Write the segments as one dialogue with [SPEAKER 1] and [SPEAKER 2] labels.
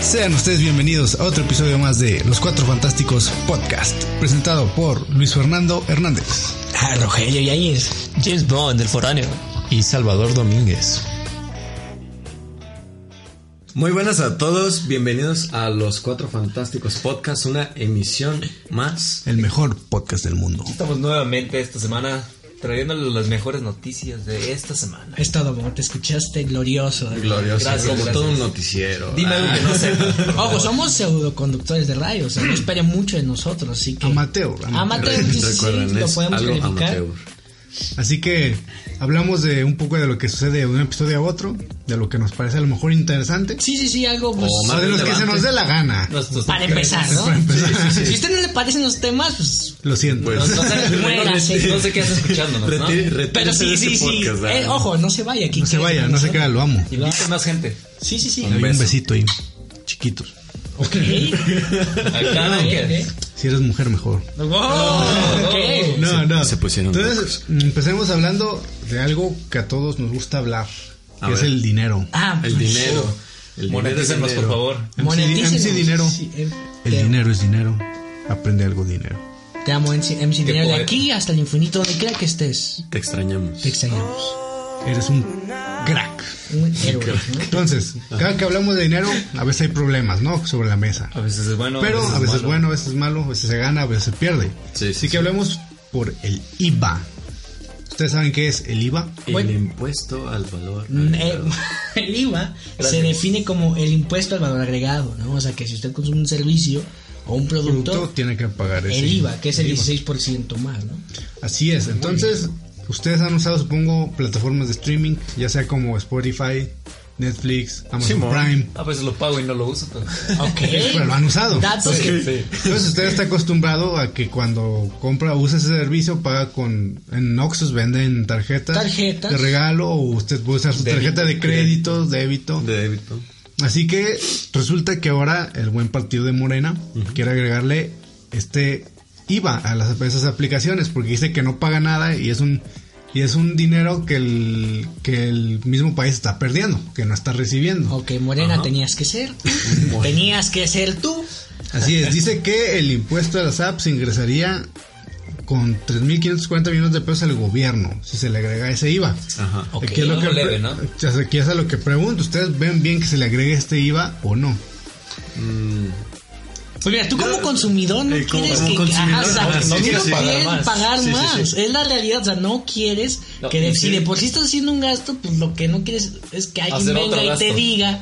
[SPEAKER 1] Sean ustedes bienvenidos a otro episodio más de Los Cuatro Fantásticos Podcast, presentado por Luis Fernando Hernández.
[SPEAKER 2] Ah, Rogelio Yáñez, James Bond, el foráneo.
[SPEAKER 3] Y Salvador Domínguez.
[SPEAKER 4] Muy buenas a todos, bienvenidos a Los Cuatro Fantásticos Podcast, una emisión más.
[SPEAKER 1] El mejor podcast del mundo.
[SPEAKER 4] Estamos nuevamente esta semana trayéndoles las mejores noticias de esta semana.
[SPEAKER 2] Es todo, amor. Te escuchaste glorioso. ¿eh?
[SPEAKER 4] Glorioso,
[SPEAKER 2] Gracias,
[SPEAKER 4] como
[SPEAKER 2] gracias.
[SPEAKER 4] todo un noticiero. Ah.
[SPEAKER 2] Dime algo que no sepas, por favor. Ojo,
[SPEAKER 4] Ojo,
[SPEAKER 2] somos pseudoconductores de radio. O sea, no esperen mucho de nosotros. Así que.
[SPEAKER 1] Amateur, amateur.
[SPEAKER 2] Amateur, sí, sí, sí,
[SPEAKER 4] recuerden,
[SPEAKER 2] lo
[SPEAKER 4] es
[SPEAKER 2] podemos
[SPEAKER 4] algo
[SPEAKER 2] calificar.
[SPEAKER 4] amateur.
[SPEAKER 1] Así que hablamos de un poco de lo que sucede de un episodio a otro, de lo que nos parece a lo mejor interesante,
[SPEAKER 2] Sí, sí, sí, algo. Pues,
[SPEAKER 4] O
[SPEAKER 1] o
[SPEAKER 4] más
[SPEAKER 1] de los que se
[SPEAKER 4] relevante.
[SPEAKER 1] nos dé la gana.
[SPEAKER 4] Nuestros-
[SPEAKER 2] para empezar, ¿no?
[SPEAKER 1] Para empezar.
[SPEAKER 2] Si a usted no le parecen los temas, pues.
[SPEAKER 1] Lo siento.
[SPEAKER 4] Pues,
[SPEAKER 2] No se muérase.
[SPEAKER 4] No sé qué haces escuchándonos, ¿no?
[SPEAKER 3] Retire- retírese
[SPEAKER 2] Pero
[SPEAKER 3] de
[SPEAKER 2] sí,
[SPEAKER 3] este
[SPEAKER 2] sí, sí.
[SPEAKER 3] podcast, ah.
[SPEAKER 2] Eh, ojo, no se vaya.
[SPEAKER 1] no se vaya, no se crea, lo amo.
[SPEAKER 4] Invita más gente.
[SPEAKER 2] Sí, sí, sí.
[SPEAKER 1] Le doy un
[SPEAKER 4] beso.
[SPEAKER 1] besito ahí, chiquito.
[SPEAKER 2] Ok.
[SPEAKER 4] Acá,
[SPEAKER 2] Ok,
[SPEAKER 4] que-
[SPEAKER 2] ok.
[SPEAKER 1] Si eres mujer, mejor.
[SPEAKER 2] Oh, ok.
[SPEAKER 1] No, no.
[SPEAKER 3] se pusieron
[SPEAKER 1] Entonces, empecemos hablando de algo que a todos nos gusta hablar, que
[SPEAKER 3] A
[SPEAKER 1] es
[SPEAKER 3] ver.
[SPEAKER 1] el dinero.
[SPEAKER 2] Ah,
[SPEAKER 3] El
[SPEAKER 2] pues,
[SPEAKER 3] dinero. El
[SPEAKER 4] Monetícenos, por favor.
[SPEAKER 1] MC
[SPEAKER 2] monetícenos.
[SPEAKER 1] MC dinero.
[SPEAKER 2] Sí, em-
[SPEAKER 1] El
[SPEAKER 2] te-
[SPEAKER 1] dinero es dinero. Aprende algo de dinero.
[SPEAKER 2] Te amo, MC, MC Dinero, de
[SPEAKER 4] poeta.
[SPEAKER 2] aquí hasta el infinito, donde quiera que estés.
[SPEAKER 3] Te extrañamos.
[SPEAKER 2] Te extrañamos.
[SPEAKER 1] Eres un crack.
[SPEAKER 2] Un héroe, ¿no?
[SPEAKER 1] Entonces,
[SPEAKER 3] Ah.
[SPEAKER 1] cada que hablamos de dinero, a veces hay problemas, ¿no? Sobre la mesa.
[SPEAKER 3] Ah,
[SPEAKER 4] A veces es bueno.
[SPEAKER 1] Pero a veces es
[SPEAKER 4] malo.
[SPEAKER 1] bueno, a veces es malo, a veces se gana, a veces se pierde.
[SPEAKER 3] Sí, sí,
[SPEAKER 1] Así que
[SPEAKER 3] sí.
[SPEAKER 1] hablemos por el IVA. ¿Ustedes saben qué es el IVA?
[SPEAKER 3] El
[SPEAKER 2] Bueno.
[SPEAKER 3] impuesto al valor.
[SPEAKER 2] Mm, eh,
[SPEAKER 3] agregado.
[SPEAKER 2] El IVA se define como el impuesto al valor agregado, ¿no? O sea, que si usted consume un servicio o un producto,
[SPEAKER 1] Producto tiene que pagar ese
[SPEAKER 2] el IVA, que es el
[SPEAKER 1] IVA.
[SPEAKER 2] 16% más, ¿no?
[SPEAKER 1] Así es. Entonces, ustedes han usado, supongo, plataformas de streaming, ya sea como Spotify, Netflix, Amazon
[SPEAKER 3] Simón.
[SPEAKER 1] Prime.
[SPEAKER 4] A veces lo pago y no lo uso, pero.
[SPEAKER 3] Ah,
[SPEAKER 2] Ok.
[SPEAKER 1] Pero lo han usado.
[SPEAKER 2] Datos que...
[SPEAKER 1] Entonces usted está acostumbrado a que cuando compra, usa ese servicio, paga con... En Oxxos venden tarjetas.
[SPEAKER 2] Tarjetas.
[SPEAKER 1] De regalo o usted puede usar su
[SPEAKER 3] Débito,
[SPEAKER 1] tarjeta de crédito, débito.
[SPEAKER 3] De débito.
[SPEAKER 1] Así que resulta que ahora el buen partido de Morena quiere agregarle este IVA a, las, a esas aplicaciones porque dice que no paga nada y es un... Y es un dinero que el, que el mismo país está perdiendo, que no está recibiendo.
[SPEAKER 2] Ok, Morena, tenías que ser. tenías que ser tú.
[SPEAKER 1] Así es, dice que el impuesto a las apps ingresaría con 3.540 millones de pesos al gobierno si se le agrega ese IVA.
[SPEAKER 3] Ajá.
[SPEAKER 2] Ok.
[SPEAKER 1] Aquí es lo
[SPEAKER 4] algo
[SPEAKER 1] que,
[SPEAKER 4] leve, ¿no?
[SPEAKER 1] o sea, aquí es a lo que pregunto, ¿ustedes ven bien que se le agregue este IVA o no?
[SPEAKER 3] Mm,
[SPEAKER 2] Pues mira, tú como consumidor no
[SPEAKER 3] eh, como-
[SPEAKER 2] quieres
[SPEAKER 3] como
[SPEAKER 2] que
[SPEAKER 3] consumidor,
[SPEAKER 2] ajá, o sea,
[SPEAKER 3] ajá,
[SPEAKER 2] no
[SPEAKER 3] sí,
[SPEAKER 2] quieres
[SPEAKER 3] sí, sí.
[SPEAKER 2] pagar
[SPEAKER 4] Sí,
[SPEAKER 2] más.
[SPEAKER 3] sí, sí.
[SPEAKER 2] Es la realidad, o sea, no quieres
[SPEAKER 4] No,
[SPEAKER 2] que de- si
[SPEAKER 4] sí.
[SPEAKER 2] de por sí estás haciendo un gasto, pues lo que no quieres es que alguien
[SPEAKER 4] Hacer otro
[SPEAKER 2] venga y te
[SPEAKER 4] gasto.
[SPEAKER 2] diga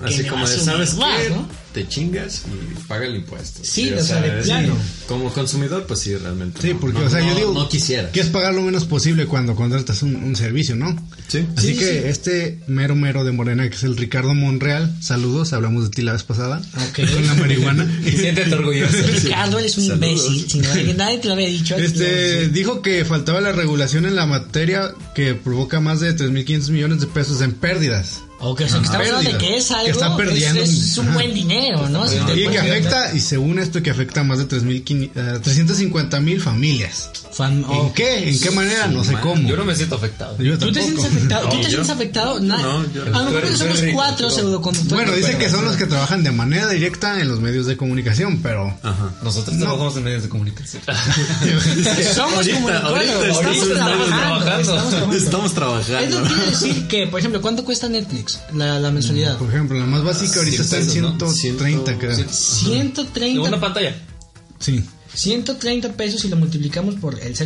[SPEAKER 2] que
[SPEAKER 3] Así
[SPEAKER 2] le
[SPEAKER 3] como
[SPEAKER 2] va a
[SPEAKER 3] de,
[SPEAKER 2] subir
[SPEAKER 3] ¿sabes
[SPEAKER 2] más,
[SPEAKER 3] qué?
[SPEAKER 2] ¿no?
[SPEAKER 3] Te chingas y paga el impuesto.
[SPEAKER 2] Sí, o sea, de plano.
[SPEAKER 3] Como consumidor, pues sí, realmente.
[SPEAKER 1] Sí,
[SPEAKER 3] no,
[SPEAKER 1] porque,
[SPEAKER 3] no,
[SPEAKER 1] o sea, yo
[SPEAKER 3] no-
[SPEAKER 1] digo,
[SPEAKER 3] No quisiera.
[SPEAKER 1] quieres pagar lo menos posible cuando contratas un, un servicio, ¿no?
[SPEAKER 3] Sí.
[SPEAKER 1] Así
[SPEAKER 2] Sí,
[SPEAKER 1] que
[SPEAKER 2] sí.
[SPEAKER 1] este mero mero de Morena, que es el Ricardo Monreal, saludos, hablamos de ti la vez pasada,
[SPEAKER 2] Ok.
[SPEAKER 1] con la marihuana.
[SPEAKER 4] Siéntete orgulloso.
[SPEAKER 2] Ricardo, eres un
[SPEAKER 3] Saludos.
[SPEAKER 2] imbécil. Si no, alguien- nadie te lo había dicho.
[SPEAKER 1] Este
[SPEAKER 2] Dios.
[SPEAKER 1] dijo que faltaba la regulación en la materia que provoca más de 3.500 millones de pesos en pérdidas.
[SPEAKER 2] O que, o
[SPEAKER 3] Ah,
[SPEAKER 2] sea, que estamos hablando de
[SPEAKER 1] pérdida.
[SPEAKER 2] que es
[SPEAKER 1] Que
[SPEAKER 2] algo.
[SPEAKER 1] está
[SPEAKER 2] es-
[SPEAKER 1] perdiendo
[SPEAKER 2] es,
[SPEAKER 1] un-
[SPEAKER 2] un
[SPEAKER 1] ajá.
[SPEAKER 2] buen dinero, ¿no? Si te
[SPEAKER 1] Y que
[SPEAKER 2] pones-
[SPEAKER 1] afecta, y según esto, que afecta a más de eh, 350.000 familias.
[SPEAKER 2] Fan- oh.
[SPEAKER 1] ¿En
[SPEAKER 2] o-
[SPEAKER 1] qué? ¿En qué manera? No sé
[SPEAKER 3] madre.
[SPEAKER 1] cómo.
[SPEAKER 4] Yo no me siento afectado.
[SPEAKER 1] Yo
[SPEAKER 2] ¿Tú te sientes
[SPEAKER 1] tampoco.
[SPEAKER 2] afectado?
[SPEAKER 3] No,
[SPEAKER 2] ¿Tú te
[SPEAKER 3] yo-
[SPEAKER 2] sientes afectado? Na-
[SPEAKER 3] No, yo-
[SPEAKER 2] a lo mejor
[SPEAKER 4] Soy- soy
[SPEAKER 2] somos
[SPEAKER 4] rico,
[SPEAKER 2] cuatro
[SPEAKER 4] yo-
[SPEAKER 2] pseudoconductores.
[SPEAKER 1] Bueno, dice
[SPEAKER 2] pero-
[SPEAKER 1] que son los que trabajan de manera directa en los medios de comunicación, pero...
[SPEAKER 3] Ajá.
[SPEAKER 4] Nosotros trabajamos en medios de comunicación.
[SPEAKER 2] Somos
[SPEAKER 3] Ahorita-
[SPEAKER 2] comunicólogos,
[SPEAKER 3] ahorita
[SPEAKER 2] estamos
[SPEAKER 3] estamos
[SPEAKER 2] trabajando.
[SPEAKER 4] trabajando.
[SPEAKER 2] estamos
[SPEAKER 3] Estamos
[SPEAKER 2] trabajando. Es lo que
[SPEAKER 3] trabajando.
[SPEAKER 2] quiere decir que, por ejemplo, ¿cuánto cuesta Netflix? La, la mensualidad.
[SPEAKER 1] Por ejemplo, la más básica ahorita
[SPEAKER 3] Cien
[SPEAKER 1] está en
[SPEAKER 3] pesos, ¿no?
[SPEAKER 1] 130,
[SPEAKER 3] Ciento-
[SPEAKER 1] creo.
[SPEAKER 3] ciento-
[SPEAKER 2] 130,
[SPEAKER 4] Una pantalla.
[SPEAKER 1] Sí.
[SPEAKER 2] 130 pesos si lo multiplicamos por el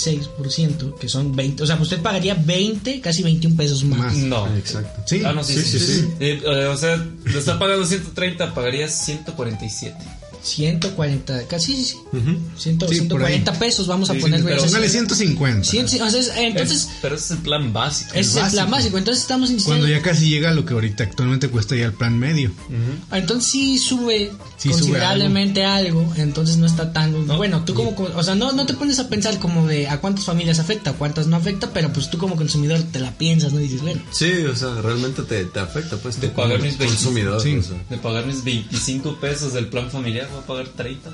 [SPEAKER 2] 0.16%, que son 20. O sea, usted pagaría 20, casi 21 pesos más.
[SPEAKER 1] Más.
[SPEAKER 4] No.
[SPEAKER 3] Exacto.
[SPEAKER 1] Sí.
[SPEAKER 4] Ah, no, sí,
[SPEAKER 3] Sí,
[SPEAKER 4] sí,
[SPEAKER 3] sí, sí.
[SPEAKER 4] Eh, eh, o sea, lo está pagando 130, pagarías 147.
[SPEAKER 2] 140, casi sí, sí.
[SPEAKER 3] Ujú.
[SPEAKER 2] Ciento-
[SPEAKER 1] Sí, por ahí.
[SPEAKER 2] 140 pesos vamos a
[SPEAKER 1] Sí,
[SPEAKER 2] ponerle.
[SPEAKER 1] pero
[SPEAKER 2] ese-
[SPEAKER 1] póngale 150.
[SPEAKER 2] cien- cien- o sea, es- entonces,
[SPEAKER 5] Es- Eh, pero ese es el plan básico.
[SPEAKER 2] ese es el plan
[SPEAKER 1] básico.
[SPEAKER 2] básico. Entonces estamos insistiendo.
[SPEAKER 1] Cuando ya casi llega a lo que ahorita actualmente cuesta ya el plan medio.
[SPEAKER 2] Entonces sí sube
[SPEAKER 1] Sí sube
[SPEAKER 2] considerablemente algo. entonces no está tan... Bueno, tú como... O sea, no, no te pones a pensar como de a cuántas familias afecta, a cuántas no afecta, pero pues tú como consumidor te la piensas, ¿no? Y dices, bueno,
[SPEAKER 4] Sí, o sea, realmente te, te afecta, pues,
[SPEAKER 5] De
[SPEAKER 4] tú
[SPEAKER 5] pagar
[SPEAKER 4] como
[SPEAKER 5] mis veinti-
[SPEAKER 4] consumidor.
[SPEAKER 1] Sí.
[SPEAKER 4] o sea.
[SPEAKER 5] De pagar mis 25 pesos del plan familiar, voy a pagar 30.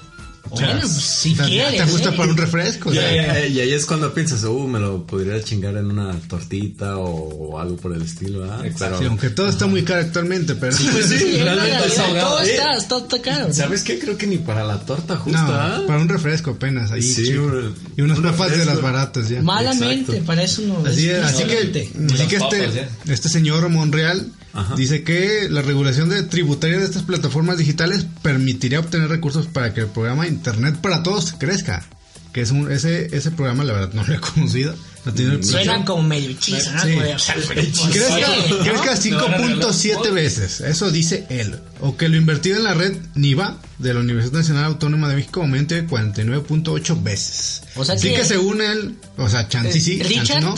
[SPEAKER 5] O
[SPEAKER 2] bueno,
[SPEAKER 5] más.
[SPEAKER 2] pues si
[SPEAKER 1] O sea, ya
[SPEAKER 2] quieres.
[SPEAKER 1] te gusta
[SPEAKER 2] ¿eh?
[SPEAKER 1] para un refresco. o sea,
[SPEAKER 4] Eh, eh, Y ahí es cuando piensas, uh, me lo podría chingar en una tortita o, o algo por el estilo, ¿ah? ¿verdad?
[SPEAKER 3] Exacto.
[SPEAKER 1] sí, aunque todo está muy caro actualmente, pero...
[SPEAKER 2] Sí, es una
[SPEAKER 5] realmente
[SPEAKER 2] realidad,
[SPEAKER 5] está ahogado,
[SPEAKER 2] todo
[SPEAKER 5] ¿eh?
[SPEAKER 2] está, está, está caro.
[SPEAKER 4] ¿Sabes qué? Creo que ni para la torta
[SPEAKER 1] No,
[SPEAKER 4] justa. ¿ah?
[SPEAKER 1] para un refresco apenas ahí.
[SPEAKER 4] Sí,
[SPEAKER 1] chido.
[SPEAKER 4] bro.
[SPEAKER 1] y unas
[SPEAKER 4] Un
[SPEAKER 1] papas de
[SPEAKER 4] refresco.
[SPEAKER 1] las baratas ya.
[SPEAKER 2] Malamente,
[SPEAKER 4] Exacto.
[SPEAKER 2] para eso no...
[SPEAKER 1] Así,
[SPEAKER 2] es-
[SPEAKER 1] es, así que,
[SPEAKER 2] malamente.
[SPEAKER 1] así
[SPEAKER 5] Las
[SPEAKER 1] que
[SPEAKER 5] papas, ¿eh?
[SPEAKER 1] este,
[SPEAKER 5] ya.
[SPEAKER 1] este señor Monreal
[SPEAKER 4] Ajá.
[SPEAKER 1] dice que la regulación de tributaria de estas plataformas digitales permitiría obtener recursos para que el programa Internet para Todos crezca. Que es un, ese, ese programa, la verdad, no lo he conocido. No
[SPEAKER 5] Mm.
[SPEAKER 1] tiene el
[SPEAKER 2] Suena
[SPEAKER 1] placer.
[SPEAKER 2] como medio chisa,
[SPEAKER 1] Sí.
[SPEAKER 2] O sea, pero, pues,
[SPEAKER 1] Crezca,
[SPEAKER 2] sí,
[SPEAKER 1] crezca
[SPEAKER 2] ¿no?
[SPEAKER 5] Te van a regalar un
[SPEAKER 1] 5.7
[SPEAKER 5] pod.
[SPEAKER 1] veces, eso dice él. O que lo invertido en la red NIVA de la Universidad Nacional Autónoma de México aumente 49.8 veces.
[SPEAKER 2] O sea
[SPEAKER 1] Así
[SPEAKER 2] que-
[SPEAKER 1] que, según él, o sea, chance
[SPEAKER 2] Eh,
[SPEAKER 1] sí, chance
[SPEAKER 2] Richard.
[SPEAKER 1] no,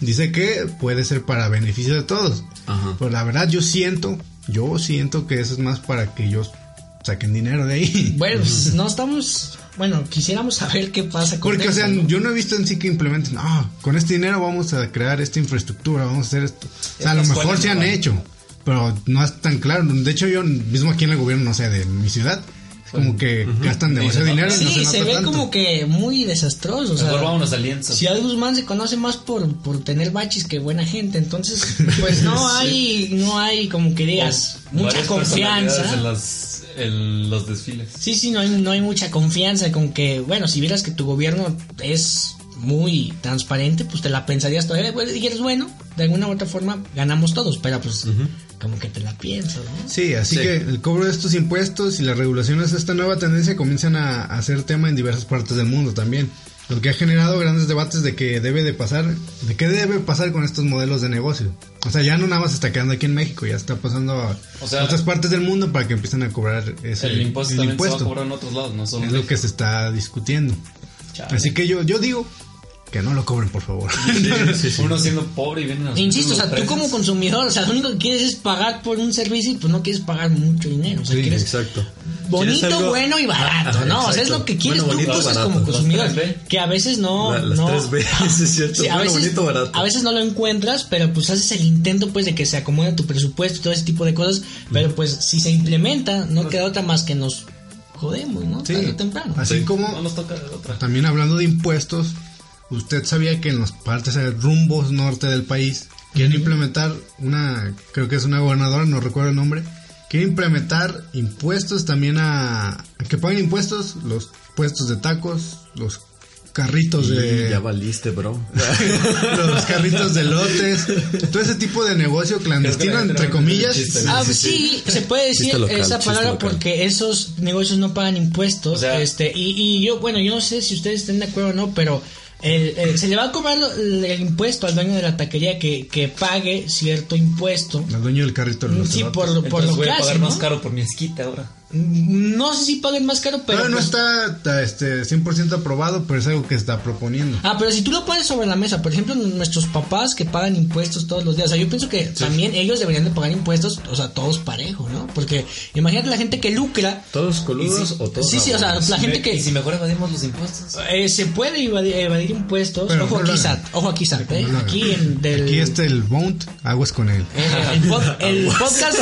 [SPEAKER 1] dice que puede ser para beneficio de todos.
[SPEAKER 4] Ajá.
[SPEAKER 1] Pues la verdad yo siento, yo siento que eso es más para que ellos saquen dinero de ahí.
[SPEAKER 2] Bueno, pues, no estamos... Bueno, quisiéramos saber qué pasa con
[SPEAKER 1] Porque, o
[SPEAKER 2] eso,
[SPEAKER 1] sea,
[SPEAKER 2] ¿no?
[SPEAKER 1] yo no he visto en sí que implementen, no, con este dinero vamos a crear esta infraestructura, vamos a hacer esto. O sea, a lo
[SPEAKER 5] Estas
[SPEAKER 1] mejor
[SPEAKER 5] escuelas
[SPEAKER 1] se
[SPEAKER 5] no
[SPEAKER 1] han
[SPEAKER 5] van.
[SPEAKER 1] hecho, pero no es tan claro. De hecho, yo mismo aquí en el gobierno, no sé, de mi ciudad, es como que gastan demasiado
[SPEAKER 5] Sí,
[SPEAKER 1] dinero y
[SPEAKER 2] Sí,
[SPEAKER 1] no se
[SPEAKER 2] se,
[SPEAKER 1] nota
[SPEAKER 2] ve
[SPEAKER 1] tanto.
[SPEAKER 2] como que muy desastroso. O sea,
[SPEAKER 5] Mejor vámonos al lienzo.
[SPEAKER 2] Ciudad Guzmán se conoce más por, por tener baches que buena gente, entonces pues no hay, no hay como que digas, mucha
[SPEAKER 5] Varias personalidades En,
[SPEAKER 2] confianza.
[SPEAKER 5] las- en los desfiles.
[SPEAKER 2] Sí, sí, no hay, no hay mucha confianza con que, bueno, si vieras que tu gobierno es muy transparente, pues te la pensarías todavía, bueno, dijeras, bueno, de alguna u otra forma ganamos todos, pero pues como que te la piensas, ¿no?
[SPEAKER 1] Sí, así
[SPEAKER 4] Sí.
[SPEAKER 1] que el cobro de estos impuestos y las regulaciones de esta nueva tendencia comienzan a, a ser tema en diversas partes del mundo también. Lo que ha generado grandes debates de qué debe de pasar, de qué debe pasar con estos modelos de negocio. O sea, ya no nada más está quedando aquí en México, ya está pasando a
[SPEAKER 5] O sea,
[SPEAKER 1] otras partes del mundo para que empiecen a cobrar ese
[SPEAKER 5] el impuesto
[SPEAKER 1] el
[SPEAKER 5] también
[SPEAKER 1] impuesto.
[SPEAKER 5] se va a cobrar en otros lados, no solo
[SPEAKER 1] Es
[SPEAKER 5] en
[SPEAKER 1] lo que se está discutiendo.
[SPEAKER 5] Chale.
[SPEAKER 1] Así que yo, yo digo que no lo cobren, por favor.
[SPEAKER 5] Uno siendo pobre y vienen a
[SPEAKER 2] Insisto, o sea, tú
[SPEAKER 5] ofreces.
[SPEAKER 2] como consumidor, o sea, lo único que quieres es pagar por un servicio y pues no quieres pagar mucho dinero, o sea,
[SPEAKER 4] Sí,
[SPEAKER 2] quieres
[SPEAKER 4] exacto. ¿Quieres
[SPEAKER 2] Bonito,
[SPEAKER 4] algo?
[SPEAKER 2] bueno y barato,
[SPEAKER 4] Ajá,
[SPEAKER 2] ¿no? O sea, es
[SPEAKER 4] exacto.
[SPEAKER 2] lo que quieres
[SPEAKER 4] Bueno,
[SPEAKER 2] tú
[SPEAKER 4] bonito,
[SPEAKER 2] cosas
[SPEAKER 4] barato.
[SPEAKER 2] como consumidor.
[SPEAKER 5] Las tres B.
[SPEAKER 2] Que a veces no.
[SPEAKER 4] La- las
[SPEAKER 2] no.
[SPEAKER 4] tres B, sí, es cierto.
[SPEAKER 2] Sí, a,
[SPEAKER 4] Bueno,
[SPEAKER 2] veces,
[SPEAKER 4] bonito, barato.
[SPEAKER 2] a veces no lo encuentras, pero pues haces el intento pues de que se acomode a tu presupuesto y todo ese tipo de cosas. Pero pues si se implementa,
[SPEAKER 4] Pues
[SPEAKER 2] no queda otra más que nos jodemos, ¿no?
[SPEAKER 1] Sí.
[SPEAKER 2] Tarde o temprano.
[SPEAKER 1] Así como
[SPEAKER 5] No nos toca de otra.
[SPEAKER 1] También hablando de impuestos, usted sabía que en las partes eh, rumbos norte del país quieren implementar una, creo que es una gobernadora, no recuerdo el nombre, quiere implementar impuestos también a, a que paguen impuestos los puestos de tacos, los carritos
[SPEAKER 4] Y
[SPEAKER 1] de
[SPEAKER 4] ya valiste, bro.
[SPEAKER 1] los carritos de lotes, todo ese tipo de negocio clandestino entre comillas.
[SPEAKER 2] Ah, pues sí, se puede decir
[SPEAKER 4] Chiste local,
[SPEAKER 2] esa
[SPEAKER 4] chiste
[SPEAKER 2] palabra
[SPEAKER 4] local.
[SPEAKER 2] porque esos negocios no pagan impuestos.
[SPEAKER 5] O sea-
[SPEAKER 2] este y, y yo, bueno, yo no sé si ustedes estén de acuerdo o no, pero el- el- se le va a cobrar lo- el, impuesto al dueño de la taquería que, que pague cierto impuesto.
[SPEAKER 1] Ah,
[SPEAKER 2] Mm,
[SPEAKER 1] El dueño del carrito de los
[SPEAKER 2] Sí,
[SPEAKER 1] elotes.
[SPEAKER 2] por, lo- por
[SPEAKER 5] Entonces
[SPEAKER 2] lo
[SPEAKER 5] voy
[SPEAKER 2] que
[SPEAKER 5] a pagar
[SPEAKER 2] hacen, ¿no? Mm,
[SPEAKER 5] más caro por mi esquita ahora.
[SPEAKER 2] No sé si paguen más caro, pero...
[SPEAKER 1] Todavía no
[SPEAKER 2] pues-
[SPEAKER 1] está ta- este 100% aprobado, pero es algo que está proponiendo.
[SPEAKER 2] Ah, pero si tú lo pones sobre la mesa, por ejemplo, nuestros papás que pagan impuestos todos los días, o sea, yo pienso que también ellos deberían de pagar impuestos, o sea, todos parejo, ¿no? Porque imagínate la gente que lucra
[SPEAKER 4] ¿Todos coludos
[SPEAKER 5] Y sí-
[SPEAKER 4] o todos
[SPEAKER 2] Sí, sí, o sea,
[SPEAKER 4] abogados?
[SPEAKER 2] la gente
[SPEAKER 5] Me-
[SPEAKER 2] que
[SPEAKER 5] Y si mejor evadimos los impuestos.
[SPEAKER 2] eh, se puede evadi- evadir, impuestos.
[SPEAKER 1] Pero
[SPEAKER 2] ojo,
[SPEAKER 1] no lo
[SPEAKER 2] aquí
[SPEAKER 1] hagan.
[SPEAKER 2] SAT, ojo aquí SAT, eh.
[SPEAKER 1] No lo hagan.
[SPEAKER 2] aquí en del
[SPEAKER 1] Aquí está el Bount, aguas con él.
[SPEAKER 2] eh, el, pod- el podcast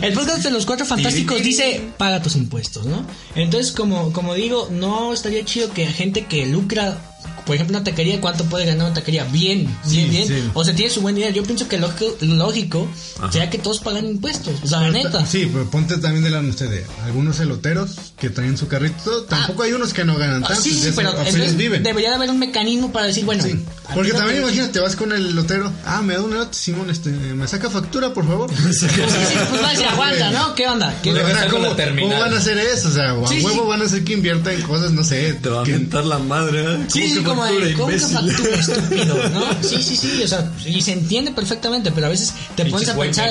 [SPEAKER 2] el podcast de los cuatro fantásticos dice paga tus impuestos, ¿no? Entonces, como como digo, no estaría chido que gente que lucra por ejemplo, una taquería, ¿cuánto puede ganar una taquería? Bien, bien,
[SPEAKER 1] Sí,
[SPEAKER 2] bien.
[SPEAKER 1] sí.
[SPEAKER 2] O sea, tiene su buen dinero. Yo pienso que lo lógico, lo lógico sería que todos pagan impuestos. O sea, la neta.
[SPEAKER 1] Sí, pero ponte también de la noche de algunos eloteros que traen su carrito. Tampoco hay unos que no ganan
[SPEAKER 2] Ah,
[SPEAKER 1] tanto.
[SPEAKER 2] sí,
[SPEAKER 1] de
[SPEAKER 2] sí,
[SPEAKER 1] eso
[SPEAKER 2] pero
[SPEAKER 1] apenas
[SPEAKER 2] entonces
[SPEAKER 1] viven.
[SPEAKER 2] debería de haber un mecanismo para decir, bueno,
[SPEAKER 1] Sí.
[SPEAKER 2] a ti
[SPEAKER 1] Porque
[SPEAKER 2] no
[SPEAKER 1] también
[SPEAKER 2] te-
[SPEAKER 1] imagínate, vas con el elotero. Ah, me da un elote, Simón, este, me saca factura, por favor.
[SPEAKER 2] Sí, sí, pues va a decir, aguanta, ¿no? ¿Qué onda? ¿Qué-
[SPEAKER 1] O sea,
[SPEAKER 5] regresar con
[SPEAKER 1] ¿cómo,
[SPEAKER 5] la terminal.
[SPEAKER 1] cómo van a hacer eso? O sea, a
[SPEAKER 2] Sí, sí.
[SPEAKER 1] huevo van a hacer que invierta en cosas, no sé.
[SPEAKER 4] Te va a
[SPEAKER 1] que-
[SPEAKER 4] mentar la madre, ¿eh?
[SPEAKER 2] Sí,
[SPEAKER 1] que
[SPEAKER 2] sí,
[SPEAKER 1] por
[SPEAKER 2] como de,
[SPEAKER 4] factura,
[SPEAKER 2] ¿cómo que
[SPEAKER 4] imbécil.
[SPEAKER 2] factura, estúpido? ¿no? Sí, sí, sí, o sea, y se entiende perfectamente, pero a veces te pones
[SPEAKER 5] Pinches
[SPEAKER 2] a
[SPEAKER 5] white
[SPEAKER 2] pensar,